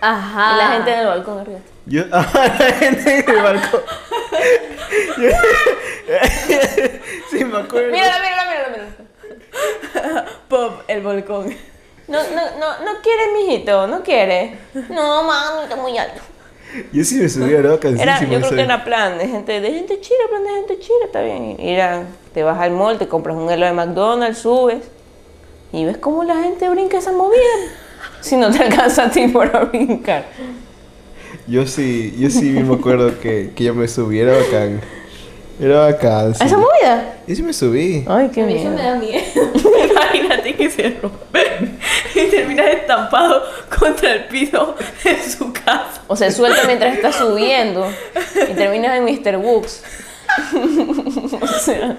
[SPEAKER 4] Ajá.
[SPEAKER 1] Y la gente en el balcón arriba.
[SPEAKER 2] Yo. [laughs] Ah, la gente en el balcón. Yo- [laughs] sí, me acuerdo.
[SPEAKER 1] Mírala, mírala, mírala, mírala. [laughs] Pop, el balcón. No, no, no, no quiere, mijito, no [laughs] quiere. No, mami, está muy alto.
[SPEAKER 2] Yo sí me subía, ¿no? Cansísimo.
[SPEAKER 1] Era, yo creo
[SPEAKER 2] ese-
[SPEAKER 1] que era plan de gente, de gente chida, plan de gente chida, está bien. Y Era, te vas al mall, te compras un helado de McDonald's, subes y ves cómo la gente brinca esa movida. [laughs] Si no te alcanza a ti para brincar.
[SPEAKER 2] Yo sí, yo sí me acuerdo que, que yo me subí, era bacán. Era bacán.
[SPEAKER 1] ¿A
[SPEAKER 2] sí.
[SPEAKER 1] esa movida?
[SPEAKER 2] Yo sí me subí.
[SPEAKER 1] Ay, qué
[SPEAKER 4] A mí eso me
[SPEAKER 1] miedo.
[SPEAKER 4] da miedo. [laughs] Imagínate que se rompe y terminas estampado contra el piso de su casa.
[SPEAKER 1] O se suelta mientras estás subiendo y terminas en Mr. Woods. [laughs] o sea,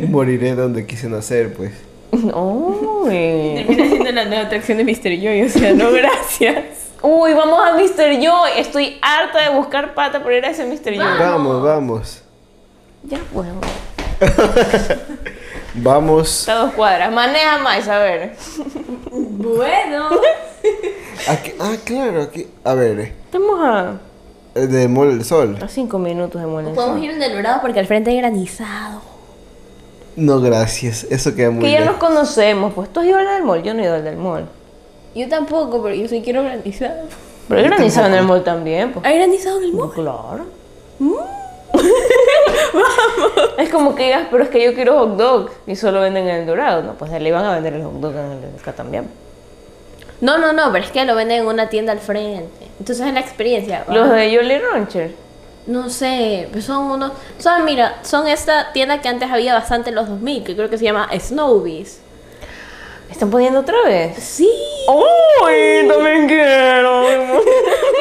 [SPEAKER 2] Moriré donde quise nacer, pues.
[SPEAKER 1] no, eh.
[SPEAKER 4] Terminas siendo la nueva atracción de Mr. Joy, o sea,
[SPEAKER 1] [laughs]
[SPEAKER 4] no gracias.
[SPEAKER 1] Uy, vamos a Mr. Joy. Estoy harta de buscar pata por ir a ese Mr. Joy.
[SPEAKER 2] Vamos, vamos.
[SPEAKER 1] Ya, bueno.
[SPEAKER 2] Vamos.
[SPEAKER 1] Está a dos cuadras. Maneja más, a ver.
[SPEAKER 4] Bueno.
[SPEAKER 2] Aquí- ah, claro, aquí. A ver,
[SPEAKER 1] Estamos a,
[SPEAKER 2] eh, de Mole del Sol.
[SPEAKER 1] a cinco minutos de
[SPEAKER 4] Podemos
[SPEAKER 1] molestia.
[SPEAKER 4] ir en el dorado porque al frente hay granizado.
[SPEAKER 2] No, gracias. Eso queda muy
[SPEAKER 1] Que ya
[SPEAKER 2] bien.
[SPEAKER 1] nos conocemos, pues tú has ido al del mall, yo no he ido al del mall.
[SPEAKER 4] Yo tampoco, pero yo sí quiero granizado.
[SPEAKER 1] Pero hay granizado en el mall también, pues.
[SPEAKER 4] ¿Hay granizado en el mall?
[SPEAKER 1] Claro. Es como que digas, pero es que yo quiero hot dog y solo venden en el Dorado. No, pues le van a vender el hot dog en el acá también.
[SPEAKER 4] No, no, no, pero es que lo venden en una tienda al frente. Entonces es la experiencia. ¿va?
[SPEAKER 1] Los de Jolly Rancher.
[SPEAKER 4] No sé, pues son unos... Son, mira, son esta tienda que antes había bastante en los 2000, que creo que se llama Snowbies.
[SPEAKER 1] ¿Están poniendo otra vez?
[SPEAKER 4] Sí.
[SPEAKER 1] ¡Uy! También quiero.
[SPEAKER 4] Vamos,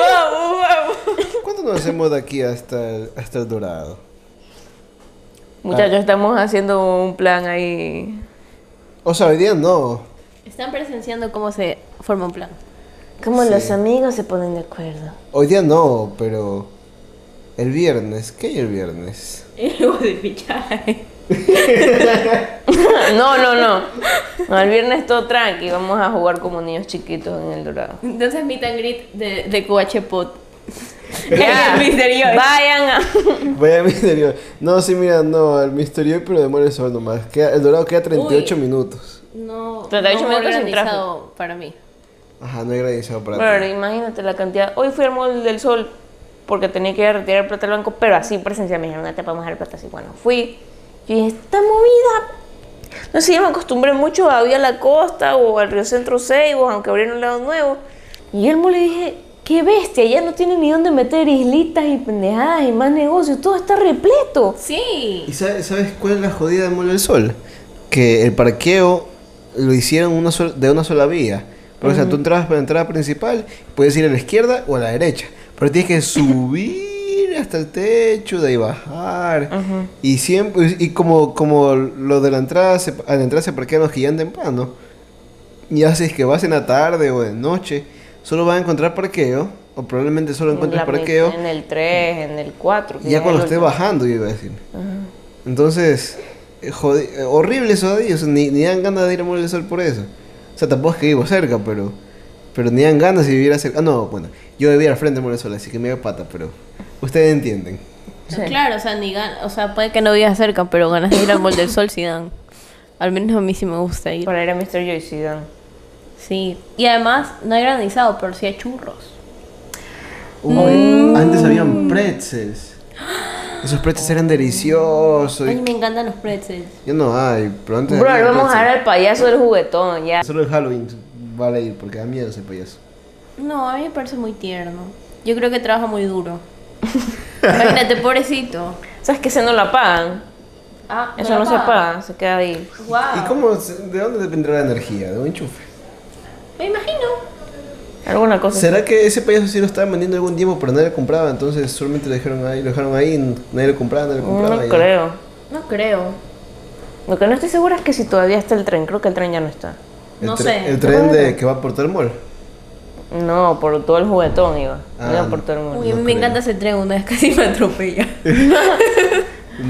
[SPEAKER 4] vamos.
[SPEAKER 2] ¿Cuánto nos hacemos de aquí hasta el, hasta el Dorado?
[SPEAKER 1] [laughs] Muchachos, estamos haciendo un plan ahí.
[SPEAKER 2] O sea, hoy día no.
[SPEAKER 4] Están presenciando cómo se forma un plan.
[SPEAKER 1] Como
[SPEAKER 2] Sí.
[SPEAKER 1] los amigos se ponen de acuerdo.
[SPEAKER 2] Hoy día no, pero el viernes, ¿qué hay el viernes?
[SPEAKER 4] Y [laughs] luego de fichaje.
[SPEAKER 1] [laughs] no, no, no. No, El viernes todo tranqui. Vamos a jugar como niños chiquitos en el dorado.
[SPEAKER 4] Entonces, meet and greet de, de QH Pot.
[SPEAKER 1] Ya,
[SPEAKER 4] En el misterio.
[SPEAKER 1] Vayan a.
[SPEAKER 2] Vaya [laughs] al misterio. No, sí, mira, no, al misterio, pero demora eso nomás. Queda- el dorado queda 38
[SPEAKER 4] Uy.
[SPEAKER 2] minutos.
[SPEAKER 4] No,
[SPEAKER 1] Pero te ha dicho
[SPEAKER 4] no muy
[SPEAKER 1] Marco sin
[SPEAKER 4] organizado para mí.
[SPEAKER 2] Ajá, no he organizado para
[SPEAKER 1] Pero
[SPEAKER 2] ti.
[SPEAKER 1] imagínate la cantidad. Hoy fui al mall del sol porque tenía que ir a retirar plata al banco, pero así presencial me dijeron, no te podemos dar plata así. Bueno, fui. Yo dije, esta movida. No sé, yo me acostumbré mucho a ir a la costa o al Río Centro Seibos, aunque abrieron un lado nuevo. Y el mall le dije, qué bestia, ya no tiene ni dónde meter islitas y pendejadas y más negocios, todo está repleto.
[SPEAKER 4] Sí.
[SPEAKER 2] ¿Y sabes, sabes cuál es la jodida del Mall del Sol? Que el parqueo lo hicieron una sol- de una sola vía. Pero, O sea, tú entrabas por la entrada principal, puedes ir a la izquierda o a la derecha. Pero tienes que subir hasta el techo, de ahí bajar. Y siempre, y como, como lo de la entrada, se, a la entrada se parquean los que ya andan temprano. Y así es que vas en la tarde o de noche, solo vas a encontrar parqueo, o probablemente solo encuentres
[SPEAKER 1] La-
[SPEAKER 2] parqueo.
[SPEAKER 1] En el 3, en el 4.
[SPEAKER 2] Ya cuando esté bajando, yo iba a decir. Entonces, eh, jode- eh, horrible eso de ellos. Ni, ni dan ganas de ir a Mall del Sol por eso. O sea, tampoco es que vivo cerca, pero. Pero ni dan ganas si viviera cerca. Ah, no, bueno. Yo vivía al frente de Mall del Sol, así que me iba pata, pero. Ustedes entienden.
[SPEAKER 4] Claro, o sea, ni gan- o sea, puede que no vivas cerca, pero ganas de ir al Mall del Sol sí dan. Al menos a mí sí me gusta ir.
[SPEAKER 1] Para ir a Mr. Joyce, Dan.
[SPEAKER 4] Sí. Y además, no hay granizado, pero sí hay churros.
[SPEAKER 2] Antes habían
[SPEAKER 1] [gasps]
[SPEAKER 2] pretzels. Esos pretzels eran deliciosos.
[SPEAKER 4] Ay, me encantan los pretzels.
[SPEAKER 2] Yo no hay, pero antes.
[SPEAKER 1] Bro,
[SPEAKER 2] habían
[SPEAKER 1] vamos a dar
[SPEAKER 2] pretzels.
[SPEAKER 1] al payaso del juguetón, ya.
[SPEAKER 2] Solo en Halloween vale ir, porque da miedo ese payaso.
[SPEAKER 4] No, a mí me parece muy tierno. Yo creo que trabaja muy duro. Imagínate, pobrecito.
[SPEAKER 1] ¿Sabes que ese no la pagan?
[SPEAKER 4] Ah,
[SPEAKER 1] Eso no se paga, se queda ahí.
[SPEAKER 2] ¿Y cómo? se- ¿De dónde dependrá la energía? ¿De un enchufe?
[SPEAKER 4] Me imagino.
[SPEAKER 1] Alguna cosa.
[SPEAKER 2] ¿Será que ese payaso sí lo estaban vendiendo algún tiempo, pero nadie lo compraba? Entonces solamente lo dejaron ahí, lo dejaron ahí, n- nadie lo compraba, nadie lo compraba.
[SPEAKER 1] Mm, No
[SPEAKER 2] y-
[SPEAKER 1] creo.
[SPEAKER 4] No creo.
[SPEAKER 1] Lo que no estoy segura es que si todavía está el tren, creo que el tren ya no está.
[SPEAKER 2] El
[SPEAKER 4] No
[SPEAKER 2] tre-
[SPEAKER 4] sé.
[SPEAKER 2] El tren de, que va por todo el mall. no
[SPEAKER 1] No, por todo el juguetón iba.
[SPEAKER 2] Ah,
[SPEAKER 1] no
[SPEAKER 2] no.
[SPEAKER 1] por todo el mundo.
[SPEAKER 4] Uy,
[SPEAKER 2] No
[SPEAKER 4] a mí me
[SPEAKER 2] creo.
[SPEAKER 4] encanta ese tren, una vez casi me atropella.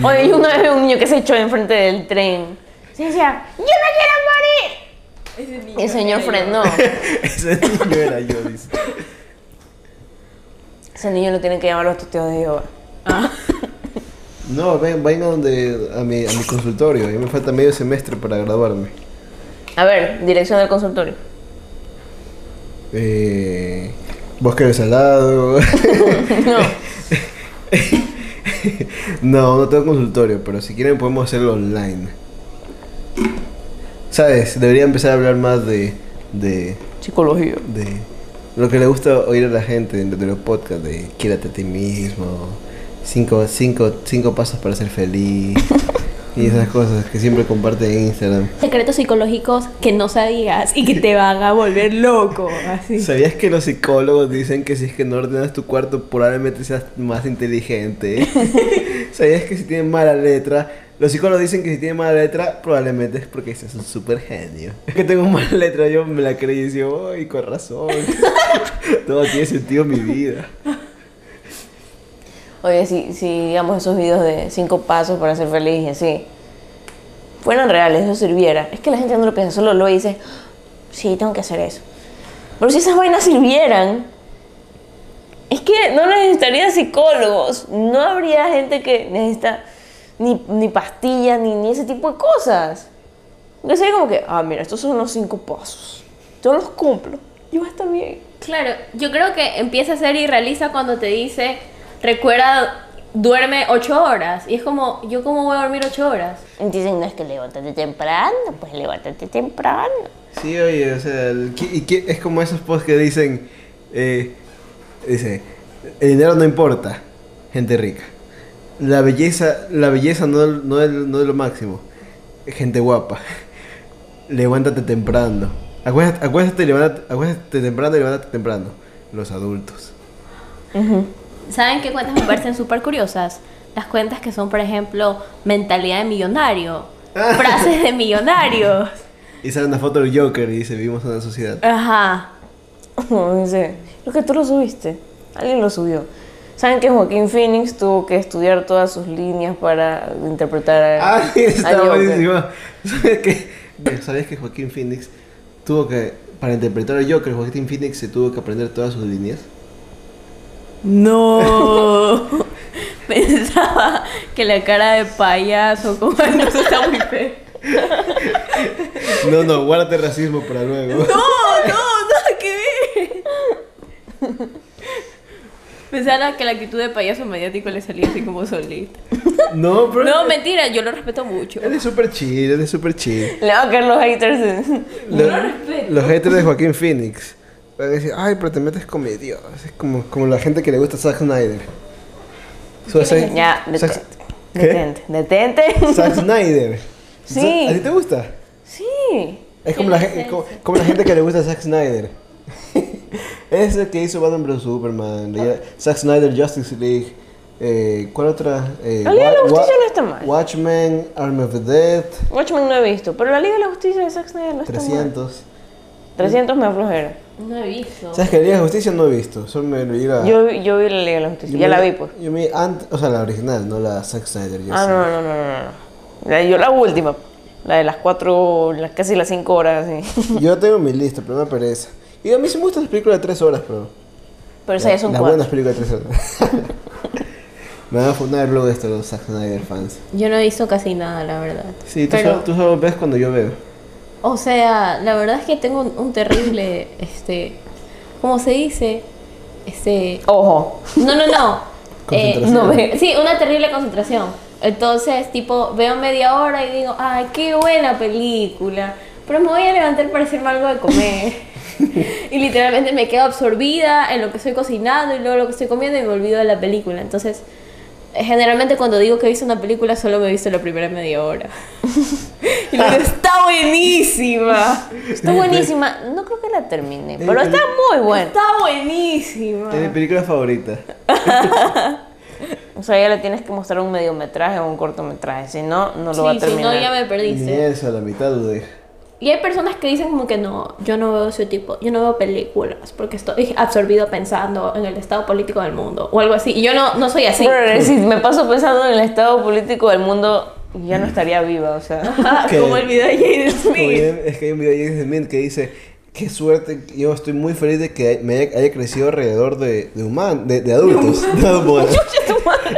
[SPEAKER 1] Oye, yo una vez vi un niño que se echó enfrente del tren. Se decía, ¡Yo no quiero morir! Y el señor frenó.
[SPEAKER 2] [laughs] Ese niño era yo, dice.
[SPEAKER 1] Ese niño lo tienen que llamar los tuteos de Jehová.
[SPEAKER 2] No, ven, vayan a donde, a mi, a mi consultorio, ya me falta medio semestre para graduarme.
[SPEAKER 1] A ver, dirección del consultorio.
[SPEAKER 2] Eh, Bosque de Salado.
[SPEAKER 1] No,
[SPEAKER 2] [laughs] no, no tengo consultorio, pero si quieren podemos hacerlo online. ¿Sabes? Debería empezar a hablar más de- de,
[SPEAKER 1] psicología.
[SPEAKER 2] de lo que le gusta oír a la gente de, de los podcasts de quírate a ti mismo cinco, cinco, cinco pasos para ser feliz y esas cosas que siempre comparten en Instagram
[SPEAKER 4] Secretos psicológicos que no sabías y que te van a volver loco. Así.
[SPEAKER 2] ¿Sabías que los psicólogos dicen que si es que no ordenas tu cuarto probablemente seas más inteligente? ¿Sabías que si tienes mala letra? Los psicólogos dicen que si tienes mala letra probablemente es porque seas un super genio. Es que tengo mala letra, yo me la creí y decía, ¡ay, con razón! [laughs] Todo tiene sentido en mi vida.
[SPEAKER 1] Oye, si, si digamos esos videos de cinco pasos para ser feliz y así fueran reales, eso sirviera. Es que la gente no lo piensa, solo lo ve y dice, sí, tengo que hacer eso. Pero si esas vainas sirvieran, es que no necesitaría psicólogos, no habría gente que necesita ni, ni pastillas, ni, ni ese tipo de cosas. Yo sería como que, ah, mira, estos son los cinco pasos. Yo los cumplo. Y va a estar bien.
[SPEAKER 4] Claro, yo creo que empieza a ser irrealista cuando te dice, recuerda, duerme ocho horas. Y es como, ¿yo cómo voy a dormir ocho horas?
[SPEAKER 1] Y Dicen, no es que levántate temprano, pues levántate temprano.
[SPEAKER 2] Sí, oye, o sea, el- qui- y qui- es como esos posts que dicen, eh, dice, el dinero no importa, gente rica. La belleza, la belleza no, no, es, no es lo máximo, gente guapa. Levántate temprano. Acuéstate, acuéstate, y levántate, acuéstate temprano y levántate temprano. Los adultos.
[SPEAKER 4] ¿Saben qué cuentas me parecen súper curiosas? Las cuentas que son, por ejemplo, mentalidad de millonario, frases de millonarios.
[SPEAKER 2] Y sale una foto del Joker y dice, vivimos en una sociedad.
[SPEAKER 4] Ajá.
[SPEAKER 1] Como dice, lo que tú lo subiste, alguien lo subió. Saben que Joaquín Phoenix tuvo que estudiar todas sus líneas para interpretar
[SPEAKER 2] [laughs]
[SPEAKER 1] a.
[SPEAKER 2] Ah, sí,
[SPEAKER 1] a
[SPEAKER 2] está
[SPEAKER 1] Joker.
[SPEAKER 2] buenísimo. ¿Sabías que, ¿Sabías que Joaquín Phoenix tuvo que, para interpretar a Joker, Joaquín Phoenix se tuvo que aprender todas sus líneas?
[SPEAKER 4] No. [laughs] Pensaba que la cara de payaso, como [laughs] no eso está muy feo.
[SPEAKER 2] No, no, guárdate racismo para luego.
[SPEAKER 4] No, no, nada que ver. Pensaba que la actitud de payaso mediático le salía así como solita.
[SPEAKER 2] No, pero...
[SPEAKER 4] No, mentira, yo lo respeto mucho.
[SPEAKER 2] Él es súper chill, él es súper chill.
[SPEAKER 1] Le va a caer los haters.
[SPEAKER 2] Lo- los haters de Joaquín Phoenix van a decir, ay, pero te metes con mi Dios. Es como, como la gente que le gusta Zack Snyder. So, Zack-
[SPEAKER 1] Ya, detente.
[SPEAKER 2] Zack- [laughs] ¿Qué?
[SPEAKER 1] Detente. Detente. [laughs]
[SPEAKER 2] Zack Snyder.
[SPEAKER 1] Sí.
[SPEAKER 2] ¿A ti te gusta?
[SPEAKER 1] Sí.
[SPEAKER 2] Es como la, gen- como, como la gente que le gusta a Zack Snyder. [laughs] es el que hizo Batman vs Superman. le- Zack Snyder, Justice League. eh, ¿Cuál otra? Eh,
[SPEAKER 1] La Liga de la
[SPEAKER 2] Wa-
[SPEAKER 1] Justicia
[SPEAKER 2] Wa-
[SPEAKER 1] no está mal.
[SPEAKER 2] Watchmen, Army of the Dead,
[SPEAKER 1] Watchmen no he visto, pero la Liga de la Justicia de Zack Snyder no está mal.
[SPEAKER 2] 300.
[SPEAKER 1] 300 me aflojera.
[SPEAKER 4] No
[SPEAKER 2] [laughs]
[SPEAKER 4] he visto.
[SPEAKER 2] ¿Sabes que la Liga de la Justicia no he visto? Solo me lo llega.
[SPEAKER 1] Yo, vi- yo vi la Liga de la Justicia, ya la vi pues.
[SPEAKER 2] Yo me, ant- o sea, la original, no la Zack Snyder. yo
[SPEAKER 1] Ah,
[SPEAKER 2] sí.
[SPEAKER 1] no, no, no, no, no. La- Yo la última, la de las cuatro, las, casi las cinco horas, sí.
[SPEAKER 2] Yo tengo mi lista, pero me pereza. Y a mí sí me gustan las películas de 3 horas, pero.
[SPEAKER 1] [laughs] Pero esas ya son
[SPEAKER 2] las
[SPEAKER 1] cuatro.
[SPEAKER 2] buenas películas de 3 horas. [laughs] me van a fundar luego esto los Zack Snyder fans.
[SPEAKER 4] Yo no he visto casi nada, la verdad.
[SPEAKER 2] Sí, tú,
[SPEAKER 4] Pero-
[SPEAKER 2] solo, tú solo ves cuando yo veo.
[SPEAKER 4] O sea, la verdad es que tengo un, un terrible, este, ¿cómo se dice? Este,
[SPEAKER 1] Ojo.
[SPEAKER 4] no,
[SPEAKER 1] [laughs]
[SPEAKER 4] no, no. Eh,
[SPEAKER 2] Concentración.
[SPEAKER 4] no ve- sí, una terrible concentración. Entonces, tipo, veo media hora y digo, ay, qué buena película. Pero me voy a levantar para hacerme algo de comer.
[SPEAKER 1] [laughs]
[SPEAKER 4] y literalmente me quedo absorbida en lo que estoy cocinando y luego lo que estoy comiendo y me olvido de la película. Entonces, generalmente cuando digo que he visto una película, solo me he visto la primera media hora. [laughs] y
[SPEAKER 1] Ah.
[SPEAKER 4] luego, está buenísima.
[SPEAKER 1] Está buenísima. No creo que la termine, pero
[SPEAKER 2] pero-
[SPEAKER 1] está muy buena.
[SPEAKER 4] Está buenísima.
[SPEAKER 2] Es mi película favorita.
[SPEAKER 1] O sea, ya le tienes que mostrar un mediometraje o un cortometraje, si no, no lo va a
[SPEAKER 4] Sí, si
[SPEAKER 1] terminar.
[SPEAKER 4] no, ya me
[SPEAKER 2] Ni
[SPEAKER 4] perdiste.
[SPEAKER 2] eso, a la mitad lo deja.
[SPEAKER 4] Y hay personas que dicen como que no, yo no veo ese tipo, yo no veo películas porque estoy absorbido pensando en el estado político del mundo o algo así. Y yo no, no soy así.
[SPEAKER 1] Brother, [laughs] si me paso pensando en el estado político del mundo, ya no estaría viva, o sea.
[SPEAKER 4] [laughs]
[SPEAKER 1] [laughs]
[SPEAKER 4] Ah,
[SPEAKER 2] ¿Qué?
[SPEAKER 4] Como el video de Jaden
[SPEAKER 2] Como
[SPEAKER 4] Smith.
[SPEAKER 2] ya- es que hay un video de James Mint que dice, qué suerte, yo estoy muy feliz de que me haya, haya crecido alrededor de, de, human- de, de adultos. No,
[SPEAKER 1] [laughs]
[SPEAKER 2] bueno,
[SPEAKER 1] Chucha, tu madre.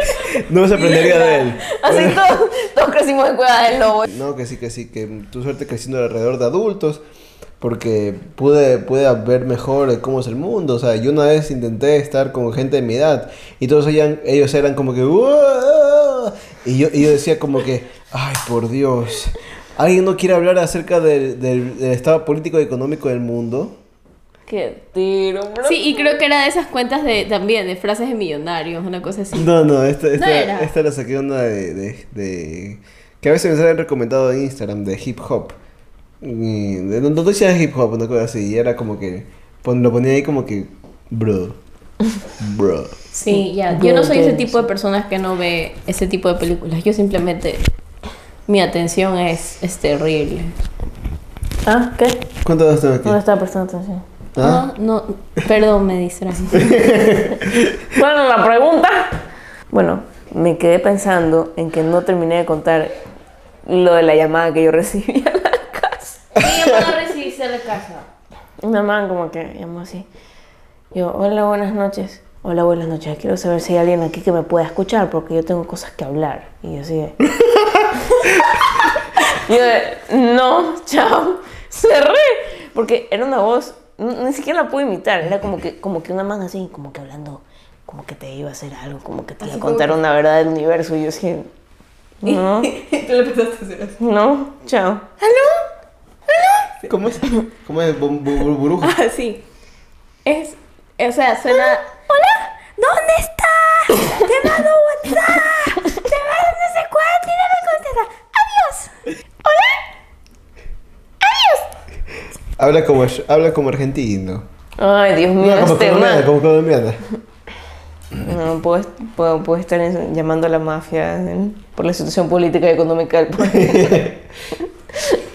[SPEAKER 2] no me sorprendería de él.
[SPEAKER 1] Así todos, todos crecimos en cuevas del lobo.
[SPEAKER 2] No, que sí, que sí, que tu suerte creciendo alrededor de adultos, porque pude, pude ver mejor de cómo es el mundo. O sea, yo una vez intenté estar con gente de mi edad y todos eran- ellos eran como que... "Uah". ah". Y yo, y yo decía como que, ay, por Dios, ¿alguien no quiere hablar acerca del, del- del estado político y económico del mundo?
[SPEAKER 1] Qué tiro, bro.
[SPEAKER 4] Sí, y creo que era de esas cuentas de también de frases de millonarios, una cosa así.
[SPEAKER 2] No, no, esta, esta,
[SPEAKER 4] era.
[SPEAKER 2] esta la saqué una de, de- de- Que a veces me salen recomendado en Instagram, de hip hop. Y de- No, no decía hip hop, una cosa así. Y era como que... pon- lo ponía ahí como que... Bro. Bro.
[SPEAKER 4] Sí, ya. Yo no soy ese tipo de personas que no ve ese tipo de películas. Yo simplemente mi atención es, es terrible.
[SPEAKER 1] Ah, ¿qué?
[SPEAKER 2] ¿Cuántos dos tengo aquí?
[SPEAKER 1] No le estaba prestando atención.
[SPEAKER 2] ¿Ah?
[SPEAKER 4] No, no, perdón, me distraje.
[SPEAKER 2] [laughs]
[SPEAKER 1] Bueno, la pregunta. Bueno, me quedé pensando en que no terminé de contar lo de la llamada que yo recibí a la [laughs] casa.
[SPEAKER 4] ¿Qué llamada recibiste de casa?
[SPEAKER 1] Mi mamá como que llamó así. Yo, hola, buenas noches. Hola, buenas noches. Quiero saber si hay alguien aquí que me pueda escuchar porque yo tengo cosas que hablar. Y yo así de... [laughs] yo de, no, chao. Cerré. Porque era una voz, n- ni siquiera la pude imitar. Era como que, como que una man así, como que hablando, como que te iba a hacer algo, como que te iba a contar una verdad del universo. Y yo así... No,
[SPEAKER 4] Tú le empezaste a hacer así.
[SPEAKER 1] no, chao.
[SPEAKER 2] ¿Cómo es? ¿Cómo es? Bu- bu- bu- burujo.
[SPEAKER 4] [laughs] Ah, sí. Es, o sea, suena... [gasps] ¡Hola! ¿Dónde [laughs] estás? ¡Te mando WhatsApp! ¡Te mando no sé cuánto! ¡Y no me contestas! ¡Adiós! ¡Hola!
[SPEAKER 2] Habla como, habla como argentino.
[SPEAKER 1] Ay, Dios mío,
[SPEAKER 2] No, como
[SPEAKER 1] este man.
[SPEAKER 2] colombiana, como
[SPEAKER 4] [laughs]
[SPEAKER 2] colombiana.
[SPEAKER 1] No, puedo, est- puedo- puedo estar en- llamando a la mafia en- por la situación política y económica del
[SPEAKER 2] [laughs]
[SPEAKER 1] país.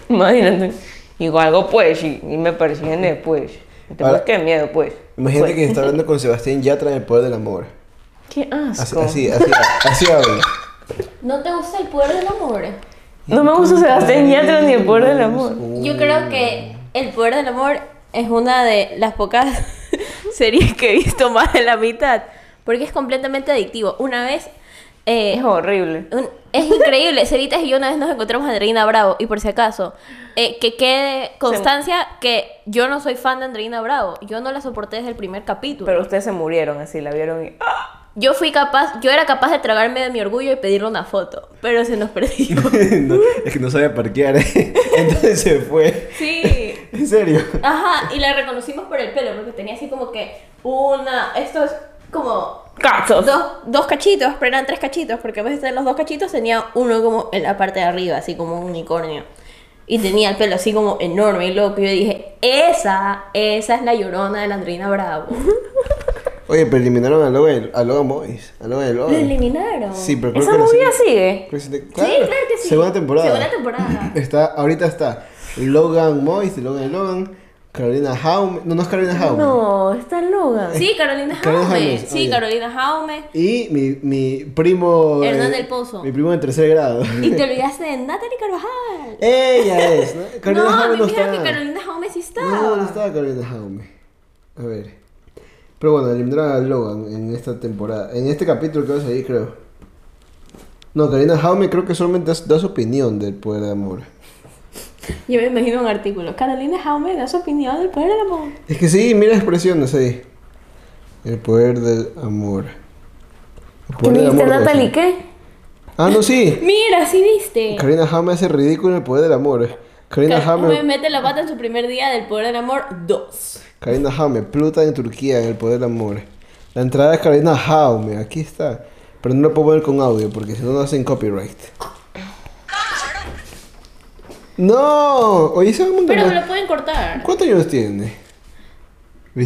[SPEAKER 1] Imagínate. Igual algo pues, y, y me persiguen después. Te
[SPEAKER 2] Ahora-
[SPEAKER 1] puedes que miedo, pues.
[SPEAKER 2] Imagínate
[SPEAKER 1] Pues.
[SPEAKER 2] que está hablando con Sebastián Yatra en el poder del amor.
[SPEAKER 1] Qué
[SPEAKER 2] Así,
[SPEAKER 1] asco.
[SPEAKER 2] así, así, así habla.
[SPEAKER 4] ¿No te gusta el poder del amor?
[SPEAKER 1] No me gusta Sebastián Yatra ni el poder del amor.
[SPEAKER 4] Yo creo que el poder del amor es una de las pocas [laughs] series que he visto más de la mitad. Porque es completamente adictivo. Una vez. eh,
[SPEAKER 1] Es horrible.
[SPEAKER 4] un- es increíble, [laughs] Ceritas y yo una vez nos encontramos a Andreina Bravo, y por si acaso, eh, que quede constancia que yo no soy fan de Andreina Bravo, yo no la soporté desde el primer capítulo.
[SPEAKER 1] Pero ustedes se murieron así, la vieron y. ¡Ah!
[SPEAKER 4] Yo fui capaz, yo era capaz de tragarme de mi orgullo y pedirle una foto, pero se nos perdió.
[SPEAKER 2] [laughs] No, es que no sabe parquear. ¿eh? [laughs] Entonces se fue.
[SPEAKER 4] [laughs] sí.
[SPEAKER 2] En serio.
[SPEAKER 4] Ajá, y la reconocimos por el pelo, porque tenía así como que una, estos como
[SPEAKER 1] ¡Cachos!
[SPEAKER 4] dos, dos cachitos, pero eran tres cachitos, porque en vez de tener los dos cachitos tenía uno como en la parte de arriba, así como un unicornio. Y tenía el pelo así como enorme y loco. Y yo dije, esa, esa es la llorona de la Andreina Bravo.
[SPEAKER 2] Oye, pero eliminaron a Logan, a Logan Boys. A Logan
[SPEAKER 4] Lo
[SPEAKER 2] Logan.
[SPEAKER 4] eliminaron.
[SPEAKER 2] Sí, pero creo
[SPEAKER 1] Esa
[SPEAKER 2] que la
[SPEAKER 1] movida
[SPEAKER 2] segunda-
[SPEAKER 1] sigue.
[SPEAKER 2] creo que sí te-
[SPEAKER 4] Sí, claro que sí.
[SPEAKER 2] Segunda temporada.
[SPEAKER 4] Segunda temporada.
[SPEAKER 2] [clears throat] Está, ahorita está Logan Mois, Logan Logan, Carolina Jaume. No, no es Carolina Jaume.
[SPEAKER 1] No, está Logan.
[SPEAKER 4] Sí, Carolina
[SPEAKER 2] Carolina
[SPEAKER 4] Jaume.
[SPEAKER 2] Jaume,
[SPEAKER 4] Sí,
[SPEAKER 2] oye.
[SPEAKER 4] Carolina Jaume.
[SPEAKER 2] Y mi, mi primo.
[SPEAKER 4] Hernán del Pozo.
[SPEAKER 2] Mi primo de tercer grado.
[SPEAKER 4] Y te olvidaste de Natalie Carvajal.
[SPEAKER 2] [laughs] Ella es, ¿no? Carolina
[SPEAKER 4] no, a
[SPEAKER 2] Jaume
[SPEAKER 4] mí
[SPEAKER 2] no
[SPEAKER 4] me dijeron
[SPEAKER 2] está.
[SPEAKER 4] que Carolina Jaume sí estaba.
[SPEAKER 2] No, no estaba Carolina Jaume. A ver. Pero bueno, eliminaron a Logan en esta temporada. En este capítulo que va a salir, creo. No, Carolina Jaume creo que solamente da, da su opinión del poder de amor.
[SPEAKER 4] Yo me imagino un artículo. Carolina Jaume da su opinión del poder del amor.
[SPEAKER 2] Es que sí, mira expresiones ahí. El poder del amor. El
[SPEAKER 1] ¿Qué
[SPEAKER 2] poder
[SPEAKER 1] me
[SPEAKER 2] del
[SPEAKER 1] dijiste,
[SPEAKER 2] amor,
[SPEAKER 1] Natalie?
[SPEAKER 2] Rosa.
[SPEAKER 1] ¿Qué?
[SPEAKER 2] Ah, no, sí.
[SPEAKER 4] Mira, sí viste.
[SPEAKER 2] Karina Jaume hace ridículo en el poder del amor. Karina
[SPEAKER 4] Me
[SPEAKER 2] Jaume,
[SPEAKER 4] mete la pata en su primer día del poder del amor 2.
[SPEAKER 2] Karina Jaume, Pluta en Turquía en el poder del amor. La entrada es Karina Jaume, aquí está. Pero no lo puedo poner con audio porque si no, no hacen copyright. ¡No! Oye, se va a montar
[SPEAKER 4] Pero me
[SPEAKER 2] más.
[SPEAKER 4] lo pueden cortar.
[SPEAKER 2] ¿Cuántos años tiene?
[SPEAKER 4] Ya es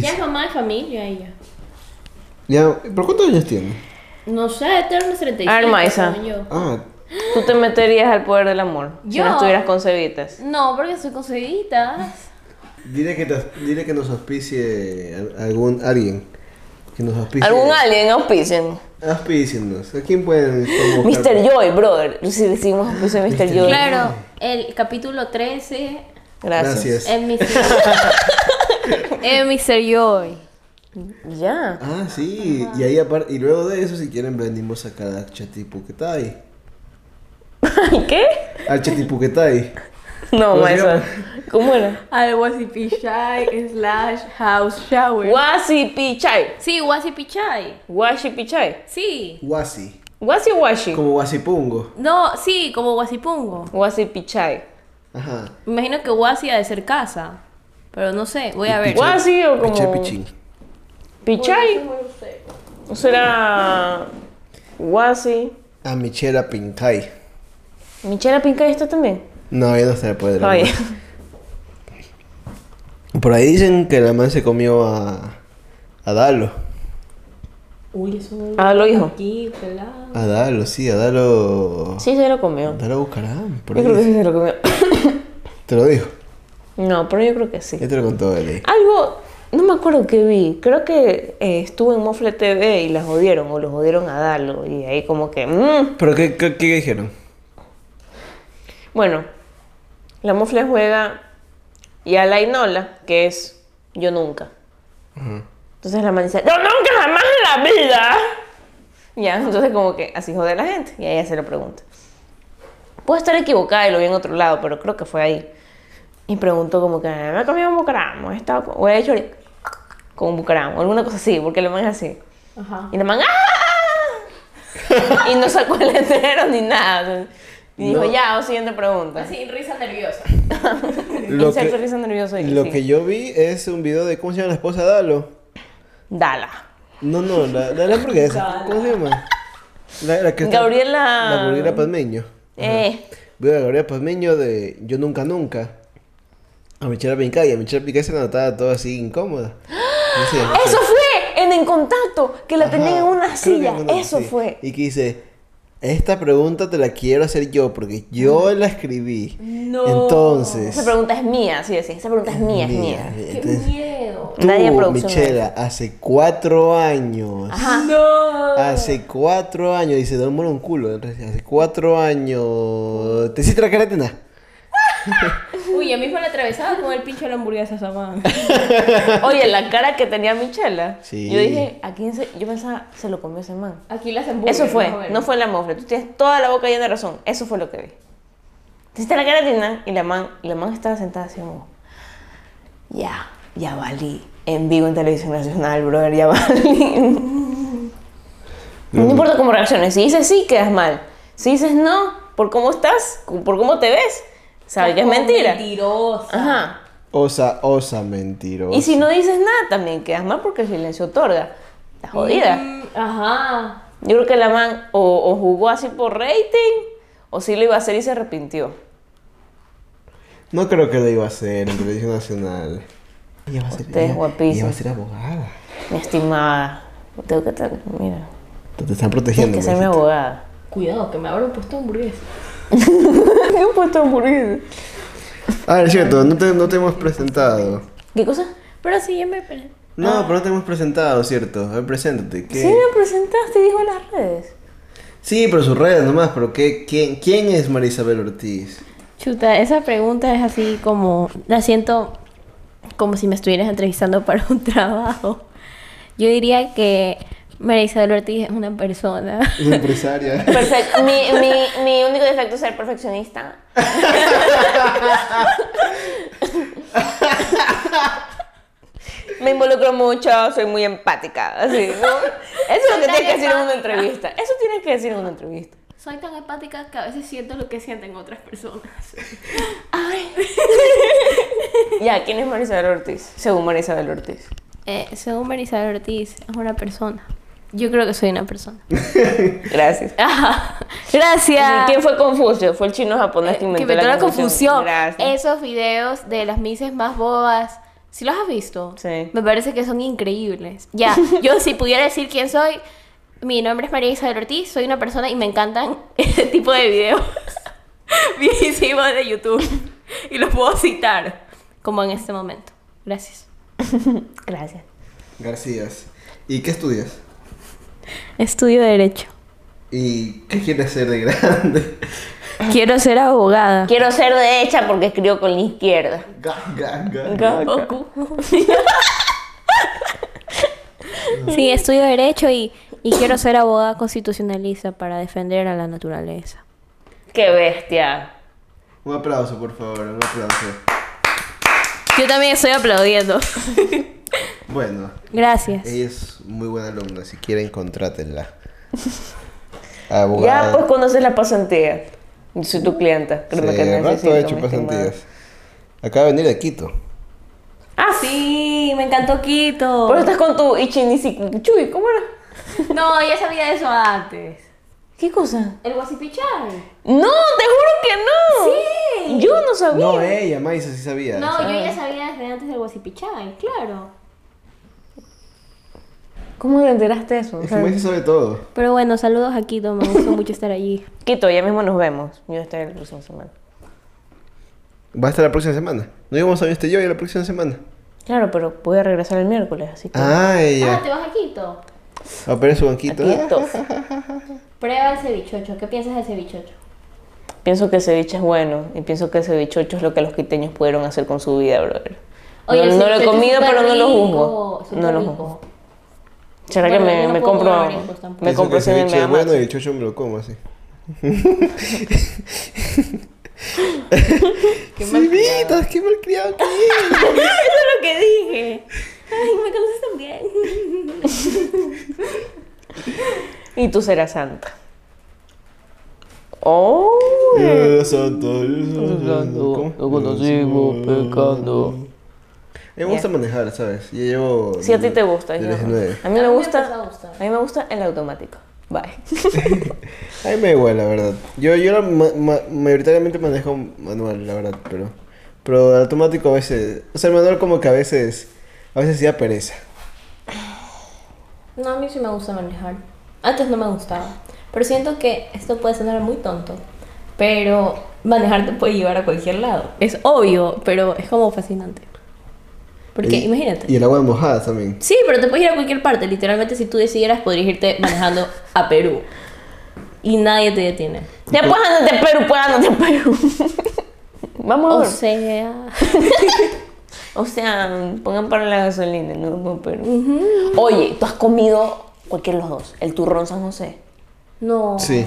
[SPEAKER 2] ¿Viste?
[SPEAKER 4] mamá de familia ella.
[SPEAKER 2] Ya, ¿Pero cuántos años tiene?
[SPEAKER 4] No sé, tengo unos 35.
[SPEAKER 1] A ver, Maisa.
[SPEAKER 4] según yo.
[SPEAKER 2] Ah,
[SPEAKER 1] ¿Tú te meterías al poder del amor? Si
[SPEAKER 4] Yo.
[SPEAKER 1] no estuvieras con cebitas.
[SPEAKER 4] No, porque soy con cebitas.
[SPEAKER 2] Dile que, te- dile que nos auspicie a- algún alguien. Que nos auspicie.
[SPEAKER 1] ¿Algún alien auspicien?
[SPEAKER 2] Auspicienos. ¿A quién pueden podemos buscar?
[SPEAKER 1] Mr. Joy, brother. Si decimos auspicio de Mr. Joy.
[SPEAKER 4] Claro, el capítulo 13
[SPEAKER 1] Gracias.
[SPEAKER 2] Gracias.
[SPEAKER 4] es Mr.
[SPEAKER 1] [laughs]
[SPEAKER 4] es Mr. Joy.
[SPEAKER 1] Ya. [laughs]
[SPEAKER 2] Ah, sí. Y ahí aparte, y luego de eso, si quieren, vendimos a cada Chatipuquetay.
[SPEAKER 1] ¿Qué?
[SPEAKER 2] Al Chatipuquetay.
[SPEAKER 1] [laughs] No,
[SPEAKER 2] ¿Cómo se
[SPEAKER 1] Maisa.
[SPEAKER 2] llama?
[SPEAKER 1] ¿Cómo era?
[SPEAKER 4] Al Wasipichai slash house shower.
[SPEAKER 1] Wasi Pichai.
[SPEAKER 4] Sí, Wasipichai.
[SPEAKER 1] Washi Pichai.
[SPEAKER 4] Sí.
[SPEAKER 2] Guasi.
[SPEAKER 1] Wasi o Washi.
[SPEAKER 2] Como Guasipungo.
[SPEAKER 4] No, sí, como Wasipungo.
[SPEAKER 1] Wasi Pichai.
[SPEAKER 2] Ajá.
[SPEAKER 4] Me imagino que Wasi ha de ser casa. Pero no sé, voy a ver.
[SPEAKER 2] Pichai.
[SPEAKER 1] Guasi o como-
[SPEAKER 2] Pichai Pichín.
[SPEAKER 1] Pichai. ¿O será Wasi?
[SPEAKER 2] A Michela Pincay.
[SPEAKER 1] Michela Pincay está también.
[SPEAKER 2] No, ya no se le puede.
[SPEAKER 1] Ay.
[SPEAKER 2] Por ahí dicen que la man se comió a. a Dalo.
[SPEAKER 4] Uy, eso no
[SPEAKER 1] [laughs] Ah, lo dijo.
[SPEAKER 4] aquí, pelado.
[SPEAKER 2] A Dalo, sí, a Dalo.
[SPEAKER 1] Sí, se lo comió.
[SPEAKER 2] Dalo Bucaram. Por
[SPEAKER 1] Yo
[SPEAKER 2] ahí.
[SPEAKER 1] creo que sí se lo comió. [coughs]
[SPEAKER 2] Te lo dijo.
[SPEAKER 1] No, pero yo creo que sí.
[SPEAKER 2] Ya te lo contó Eli.
[SPEAKER 1] Algo, no me acuerdo qué vi, creo que eh, estuvo en Mofle TV y la jodieron, o los jodieron a Dalo, y ahí como que, mm.
[SPEAKER 2] ¿Pero qué, qué, qué dijeron?
[SPEAKER 1] Bueno, la Mofle juega y a la Inola, que es Yo Nunca. Entonces la man dice, ¡Yo nunca jamás en la vida! [laughs] Ya, entonces como que así jode a la gente, y a ella se lo pregunta. Puedo estar equivocada y lo vi en otro lado, pero creo que fue ahí. Y preguntó como que, ¿me he comido un bucaramo? ¿He estado con- ¿O he hecho con un bucaramo? Alguna cosa así, porque la man es así.
[SPEAKER 4] Ajá.
[SPEAKER 1] Y la man, ¡ah! [laughs] Y no sacó el letrero ni nada. Y dijo,
[SPEAKER 2] No.
[SPEAKER 1] ya, o siguiente pregunta.
[SPEAKER 4] Así, risa nerviosa.
[SPEAKER 2] Lo
[SPEAKER 1] Inserto
[SPEAKER 2] que-
[SPEAKER 1] risa nerviosa y
[SPEAKER 2] Lo
[SPEAKER 1] sí.
[SPEAKER 2] que yo vi es un video de cómo se llama la esposa de Dalo.
[SPEAKER 1] Dala.
[SPEAKER 2] No, no, la, la, la hamburguesa. ¿Cómo se llama? La, la que está-
[SPEAKER 1] Gabriela-
[SPEAKER 2] La Gabriela Pazmeño.
[SPEAKER 1] Eh,
[SPEAKER 2] Video de Gabriela Pazmeño de Yo Nunca Nunca. A Michelle Pincay. A Michelle Pincay se la notaba toda así incómoda. No sé, no sé.
[SPEAKER 1] eso fue en En Contacto, que la
[SPEAKER 2] Ajá,
[SPEAKER 1] tenían en
[SPEAKER 2] creo
[SPEAKER 1] una
[SPEAKER 2] que
[SPEAKER 1] silla.
[SPEAKER 2] en una-
[SPEAKER 1] Eso
[SPEAKER 2] sí.
[SPEAKER 1] fue.
[SPEAKER 2] Y que dice, esta pregunta te la quiero hacer yo porque yo la escribí. No. Entonces...
[SPEAKER 1] Esa pregunta es mía, así decía. Esa pregunta es mía, es mía.
[SPEAKER 2] Entonces,
[SPEAKER 4] miedo.
[SPEAKER 2] Tú,
[SPEAKER 1] Nadie de producción.
[SPEAKER 2] Michela, hace cuatro años.
[SPEAKER 4] No.
[SPEAKER 2] Hace cuatro años. Y se demora un culo. entonces, Hace cuatro años. Te hiciste la queratina.
[SPEAKER 4] Uy, a mí fue la atravesada con el pinche de la hamburguesa esa man.
[SPEAKER 1] [laughs] Oye, la cara que tenía Michela.
[SPEAKER 2] Sí.
[SPEAKER 1] Yo dije, ¿a quién se.? Yo pensaba, se lo comió ese man.
[SPEAKER 4] Aquí las hamburguesas.
[SPEAKER 1] Eso fue,
[SPEAKER 4] más o menos.
[SPEAKER 1] no fue la mofle. Tú tienes toda la boca llena de razón. Eso fue lo que vi. Te hiciste la queratina y la man, la man estaba sentada así como. Ya, ya valí. En vivo en televisión nacional, brother, ya [laughs] valí. No, importa cómo reacciones. Si dices sí, quedas mal. Si dices no, por cómo estás, por cómo te ves, sabes que es
[SPEAKER 4] Como
[SPEAKER 1] mentira.
[SPEAKER 4] Mentirosa.
[SPEAKER 1] Ajá.
[SPEAKER 2] Osa, osa, mentiroso.
[SPEAKER 1] Y si no dices nada, también quedas mal porque el silencio otorga. Estás jodida.
[SPEAKER 4] Mm, ajá.
[SPEAKER 1] Yo creo que la man o, o jugó así por rating, o sí lo iba a hacer y se arrepintió.
[SPEAKER 2] No creo que lo iba a hacer en televisión nacional. Ella va a ser,
[SPEAKER 1] Usted es
[SPEAKER 2] ella-
[SPEAKER 1] guapísima.
[SPEAKER 2] ella va a ser abogada.
[SPEAKER 1] Mi estimada. Tengo que tra- Mira.
[SPEAKER 2] Te están protegiendo.
[SPEAKER 1] Tienes que ser mi
[SPEAKER 2] mijito.
[SPEAKER 1] abogada.
[SPEAKER 4] Cuidado, que me abro un puesto de
[SPEAKER 1] [laughs]
[SPEAKER 4] hamburguesa.
[SPEAKER 1] ¿Qué puesto aburrido?
[SPEAKER 2] Ah, es cierto, no te, no te hemos presentado.
[SPEAKER 1] ¿Qué cosa?
[SPEAKER 3] Pero sí, ya me pre-
[SPEAKER 2] No, pero no te hemos presentado, ¿cierto? A ver, preséntate. ¿qué?
[SPEAKER 1] Ah. Sí me presentaste, dijo en las redes.
[SPEAKER 2] Sí, pero sus redes nomás, pero ¿qué, quién, ¿quién es Marisabel Ortiz?
[SPEAKER 4] Chuta, esa pregunta es así como, la siento como si me estuvieras entrevistando para un [laughs] trabajo. Yo diría que María Isabel Ortiz es una persona.
[SPEAKER 2] Es empresaria.
[SPEAKER 1] Perfecto. mi, mi, mi único defecto es ser perfeccionista. Me involucro mucho, soy muy empática. Así, ¿no? Eso es lo que tienes que decir en una entrevista. Eso tienes que decir en una entrevista.
[SPEAKER 3] Soy tan empática que a veces siento lo que sienten otras
[SPEAKER 4] [laughs]
[SPEAKER 3] personas. [laughs]
[SPEAKER 1] Ya, ¿quién es Marisabel Ortiz? Según Marisabel Ortiz.
[SPEAKER 4] Eh, según María Isabel Ortiz, es una persona. Yo creo que soy una persona. [laughs]
[SPEAKER 1] Gracias.
[SPEAKER 4] Ajá. Gracias.
[SPEAKER 1] ¿Quién fue Confucio? Fue el chino japonés Eh, que
[SPEAKER 4] que
[SPEAKER 1] inventó,
[SPEAKER 4] me la confusión.
[SPEAKER 1] Gracias.
[SPEAKER 4] Esos videos de las mises más bobas. Si los has visto?
[SPEAKER 1] Sí.
[SPEAKER 4] Me parece que son increíbles.
[SPEAKER 1] [laughs]
[SPEAKER 4] Ya, yo si pudiera decir quién soy, mi nombre es María Isabel Ortiz, soy una persona y me encantan [laughs] este tipo de videos [laughs] viejísimos de YouTube. Y los puedo citar, como en este momento. Gracias.
[SPEAKER 1] Gracias.
[SPEAKER 2] [laughs] Garcías. ¿Y qué estudias?
[SPEAKER 4] Estudio Derecho.
[SPEAKER 2] ¿Y qué quieres ser de grande?
[SPEAKER 4] Quiero ser abogada.
[SPEAKER 1] Quiero ser derecha porque escribo con la izquierda.
[SPEAKER 2] [laughs] Ga, ga, ga.
[SPEAKER 4] [laughs] Sí, estudio Derecho y, y quiero ser abogada constitucionalista para defender a la naturaleza.
[SPEAKER 1] Qué bestia.
[SPEAKER 2] Un aplauso, por favor, un aplauso.
[SPEAKER 4] Yo también estoy aplaudiendo.
[SPEAKER 2] Bueno,
[SPEAKER 4] Gracias.
[SPEAKER 2] ella es muy buena alumna, si quieren, contrátenla.
[SPEAKER 1] [laughs] Ya,
[SPEAKER 2] Abogada.
[SPEAKER 1] pues conoces la pasantía. Yo soy tu clienta. Créeme
[SPEAKER 2] Sí,
[SPEAKER 1] que
[SPEAKER 2] al rato
[SPEAKER 1] necesito,
[SPEAKER 2] he hecho
[SPEAKER 1] mi estimado.
[SPEAKER 2] pasantías. Acaba de venir de Quito.
[SPEAKER 4] Ah, sí, me encantó Quito.
[SPEAKER 1] Pero estás con tu Ichinisicuchuy. ¿Cómo era?
[SPEAKER 4] No, ya sabía eso antes.
[SPEAKER 1] ¿Qué cosa?
[SPEAKER 4] El guasipichar.
[SPEAKER 1] No, te juro que no. Sí. Yo no sabía.
[SPEAKER 2] No, ella, Maisa, sí sabía.
[SPEAKER 4] No, yo ya sabía desde antes del guasipichar, claro.
[SPEAKER 1] ¿Cómo te enteraste de eso? O
[SPEAKER 2] Es que
[SPEAKER 1] sea,
[SPEAKER 2] Maisa sabe todo.
[SPEAKER 4] Pero bueno, saludos a Quito, me gustó mucho estar allí.
[SPEAKER 1] Quito, ya mismo nos vemos. Yo estaré la próxima semana.
[SPEAKER 2] Va a estar la próxima semana. No íbamos a este yo y la próxima semana.
[SPEAKER 1] Claro, pero voy a regresar el miércoles, así que.
[SPEAKER 2] Ah,
[SPEAKER 4] Ah,
[SPEAKER 2] ella.
[SPEAKER 4] ¿te vas a Quito?
[SPEAKER 2] Va a poner su banquito.
[SPEAKER 1] Quito.
[SPEAKER 2] [laughs]
[SPEAKER 4] Prueba el cevichocho, ¿qué piensas del cevichocho?
[SPEAKER 1] Pienso que ese ceviche es bueno y pienso que ese cevichocho es lo que los quiteños pudieron hacer con su vida, brother.
[SPEAKER 4] Oye,
[SPEAKER 1] no, no
[SPEAKER 4] el
[SPEAKER 1] lo he
[SPEAKER 4] cevichocho es
[SPEAKER 1] comido,
[SPEAKER 4] súper
[SPEAKER 1] pero no lo
[SPEAKER 4] rico,
[SPEAKER 1] juzgo.
[SPEAKER 4] súper
[SPEAKER 1] No lo
[SPEAKER 4] rico.
[SPEAKER 1] juzgo. ¿Será
[SPEAKER 4] Bueno,
[SPEAKER 1] que
[SPEAKER 4] yo
[SPEAKER 1] me,
[SPEAKER 4] no
[SPEAKER 1] me
[SPEAKER 4] puedo
[SPEAKER 1] compro,
[SPEAKER 4] comer mariscos tampoco.
[SPEAKER 1] me
[SPEAKER 2] Eso
[SPEAKER 1] compro
[SPEAKER 2] que
[SPEAKER 1] ese
[SPEAKER 2] se
[SPEAKER 1] de
[SPEAKER 2] eche
[SPEAKER 1] Mega
[SPEAKER 2] bueno
[SPEAKER 1] Max?
[SPEAKER 2] y el chocho me lo
[SPEAKER 1] [laughs]
[SPEAKER 2] como así. [laughs] qué Silvitas, qué malcriado
[SPEAKER 1] [laughs]
[SPEAKER 2] que es.
[SPEAKER 4] lo que dije. Ay, me conoces también.
[SPEAKER 1] Y tú serás santa. ¡Oh!
[SPEAKER 2] Dios santo, Dios santo.
[SPEAKER 1] Santo,
[SPEAKER 2] ¿Cómo?
[SPEAKER 1] lo consigo pecando.
[SPEAKER 2] A mí me gusta manejar, ¿sabes? Yo llevo...
[SPEAKER 1] Si a ti te gusta, yo
[SPEAKER 2] Del
[SPEAKER 1] no.
[SPEAKER 2] 19.
[SPEAKER 1] A mí me
[SPEAKER 4] me
[SPEAKER 1] gusta.
[SPEAKER 4] empezó a gustar.
[SPEAKER 1] A mí me gusta el automático. Bye.
[SPEAKER 4] [laughs]
[SPEAKER 2] A mí me da igual, la verdad. Yo, yo la ma- ma- mayoritariamente manejo manual, la verdad, pero... Pero automático a veces... O sea, el manual como que a veces... A veces sí da pereza.
[SPEAKER 4] No, a mí sí me gusta manejar. Antes no me gustaba. Pero siento que esto puede sonar muy tonto. Pero manejar te puede llevar a cualquier lado. Es obvio, pero es como fascinante. Porque
[SPEAKER 2] Y-
[SPEAKER 4] imagínate.
[SPEAKER 2] Y el agua mojada también.
[SPEAKER 4] Sí, pero te puedes ir a cualquier parte. Literalmente, si tú decidieras, podrías irte manejando a Perú. Y nadie te detiene.
[SPEAKER 1] Ya pues ándate a Perú, pues ándate a Perú. [laughs] Vamos a
[SPEAKER 4] O
[SPEAKER 1] ver.
[SPEAKER 4] sea,
[SPEAKER 1] O sea, pongan para la gasolina, no vamos a Perú. Oye, tú has comido cualquiera de los dos. El turrón San José.
[SPEAKER 4] no.
[SPEAKER 2] Sí.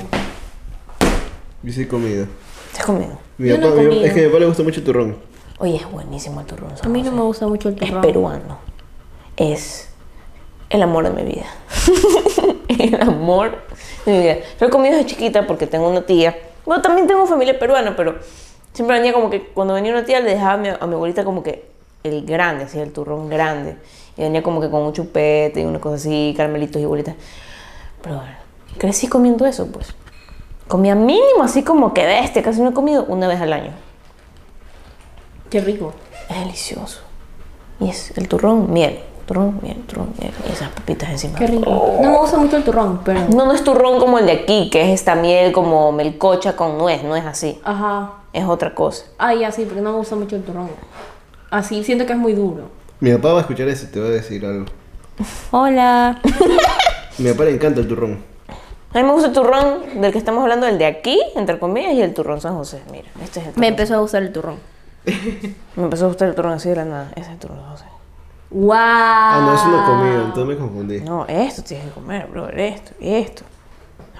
[SPEAKER 2] Yo sí he comido.
[SPEAKER 1] ¿Te has comido?
[SPEAKER 2] Mi
[SPEAKER 4] Yo no he
[SPEAKER 2] papá- mi-
[SPEAKER 4] comido.
[SPEAKER 2] es que a mi papá le gusta mucho el turrón.
[SPEAKER 1] Oye, es buenísimo el turrón San
[SPEAKER 4] A mí no me
[SPEAKER 1] José.
[SPEAKER 4] gusta mucho el
[SPEAKER 1] Es
[SPEAKER 4] turrón.
[SPEAKER 1] peruano. Es el amor de mi vida. [laughs] el amor de mi vida. Yo he comido desde chiquita porque tengo una tía. Bueno, también tengo familia peruana, pero siempre venía como que cuando venía una tía le dejaba a mi, a mi abuelita como que el grande, así el turrón grande. Y venía como que con un chupete y una cosa así, caramelitos y bolitas. Pero bueno, crecí comiendo eso, pues. Comía mínimo así como que de este, casi no he comido una vez al año.
[SPEAKER 4] Qué rico.
[SPEAKER 1] Es delicioso. Y es el turrón, miel. Turrón, miel, turrón, miel. Y esas papitas encima.
[SPEAKER 4] Qué rico. No me gusta mucho el turrón, pero.
[SPEAKER 1] No, no es turrón como el de aquí, que es esta miel como melcocha con nuez. No es así.
[SPEAKER 4] Ajá.
[SPEAKER 1] Es otra cosa.
[SPEAKER 4] Ah, ya sí, porque no me gusta mucho el turrón. Así siento que es muy duro.
[SPEAKER 2] Mi papá va a escuchar eso y te va a decir algo.
[SPEAKER 4] Hola.
[SPEAKER 2] A Mi papá le encanta el turrón.
[SPEAKER 1] A mí me gusta el turrón del que estamos hablando, el de aquí, entre comillas, y el turrón San José. Mira, este es el turrón.
[SPEAKER 4] Me empezó a gustar el turrón.
[SPEAKER 1] Me empezó a gustar el turrón así de la nada. Ese es el turrón San José.
[SPEAKER 4] ¡Wow!
[SPEAKER 2] Ah, no, eso no he comido, entonces me confundí.
[SPEAKER 4] Ah.
[SPEAKER 1] No, esto tienes que comer, brother. Esto y esto.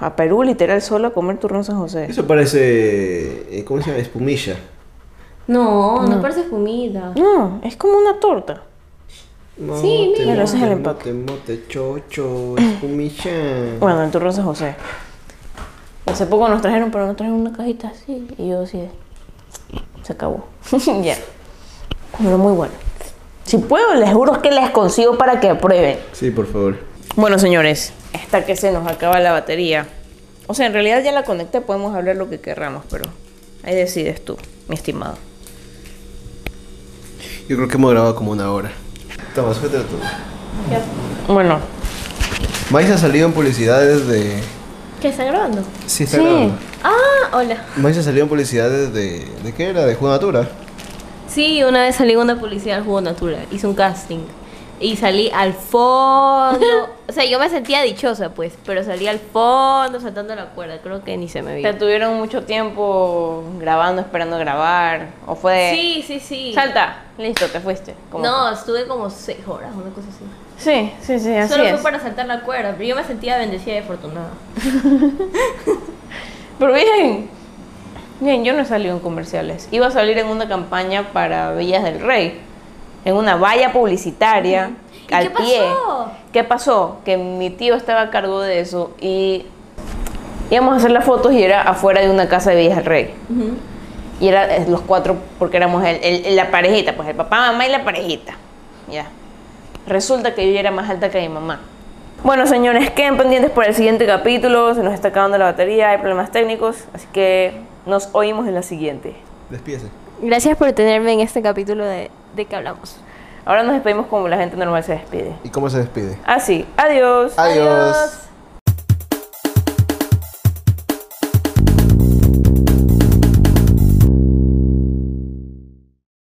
[SPEAKER 1] A Perú, literal, solo a comer turrón San José.
[SPEAKER 2] Eso parece. eh, ¿Cómo se llama? Espumilla.
[SPEAKER 4] No, no, parece comida.
[SPEAKER 1] No, es como una torta.
[SPEAKER 2] No
[SPEAKER 4] Sí,
[SPEAKER 2] te
[SPEAKER 4] mira.
[SPEAKER 1] Pero ese es el
[SPEAKER 2] mote,
[SPEAKER 1] empaque.
[SPEAKER 2] mote, mote, chocho, espumilla.
[SPEAKER 1] Bueno, el turrón San José. Hace poco nos trajeron, pero nos trajeron una cajita así. Y yo así de, Se acabó. [laughs] ya. Pero muy bueno. Si puedo, les juro que les consigo para que aprueben.
[SPEAKER 2] Sí, por favor.
[SPEAKER 1] Bueno, señores, hasta que se nos acaba la batería. O sea, en realidad ya la conecté, podemos hablar lo que querramos, pero ahí decides tú, mi estimado.
[SPEAKER 2] Yo creo que hemos grabado como una hora. Toma, suéltalo tú.
[SPEAKER 1] Bueno,
[SPEAKER 2] Mais ha salido en publicidades de.
[SPEAKER 3] ¿Qué están grabando?
[SPEAKER 2] Sí, está grabando.
[SPEAKER 3] Ah, hola.
[SPEAKER 2] Mais ha salido en publicidades de. ¿De qué era? De Juego Natura.
[SPEAKER 4] Sí, una vez salí en una publicidad del jugo Natura, hice un casting y salí
[SPEAKER 1] [laughs]
[SPEAKER 4] al fondo. o sea, yo me sentía dichosa, pues, pero salí al fondo saltando la cuerda, creo que ni se me
[SPEAKER 1] ¿te
[SPEAKER 4] vio.
[SPEAKER 1] tuvieron mucho tiempo grabando, esperando grabar? ¿O fue de,
[SPEAKER 4] Sí, sí, sí.
[SPEAKER 1] Salta, listo, te fuiste. ¿Cómo
[SPEAKER 4] No, estuve como seis horas, una cosa así.
[SPEAKER 1] Sí, sí, sí, así
[SPEAKER 4] Solo
[SPEAKER 1] es.
[SPEAKER 4] fue para saltar la cuerda, pero yo me sentía bendecida y afortunada.
[SPEAKER 1] Pero bien, bien, yo no he salido en comerciales. Iba a salir en una campaña para Villas del Rey, en una valla publicitaria,
[SPEAKER 4] ¿Y
[SPEAKER 1] al
[SPEAKER 4] qué
[SPEAKER 1] pie.
[SPEAKER 4] pasó?
[SPEAKER 1] ¿Qué pasó? Que mi tío estaba a cargo de eso y íbamos a hacer las fotos y era afuera de una casa de Villas del Rey. Y era eh, los cuatro, porque éramos el- el- el- la parejita, pues el papá, mamá y la parejita. Ya. Resulta que yo ya era más alta que mi mamá. Bueno, señores, queden pendientes por el siguiente capítulo. Se nos está acabando la batería, hay problemas técnicos. Así que nos oímos en la siguiente.
[SPEAKER 2] Despídese.
[SPEAKER 4] Gracias por tenerme en este capítulo de, de que hablamos.
[SPEAKER 1] Ahora nos despedimos como la gente normal se despide.
[SPEAKER 2] ¿Y cómo se despide?
[SPEAKER 1] Así, adiós.
[SPEAKER 2] Adiós.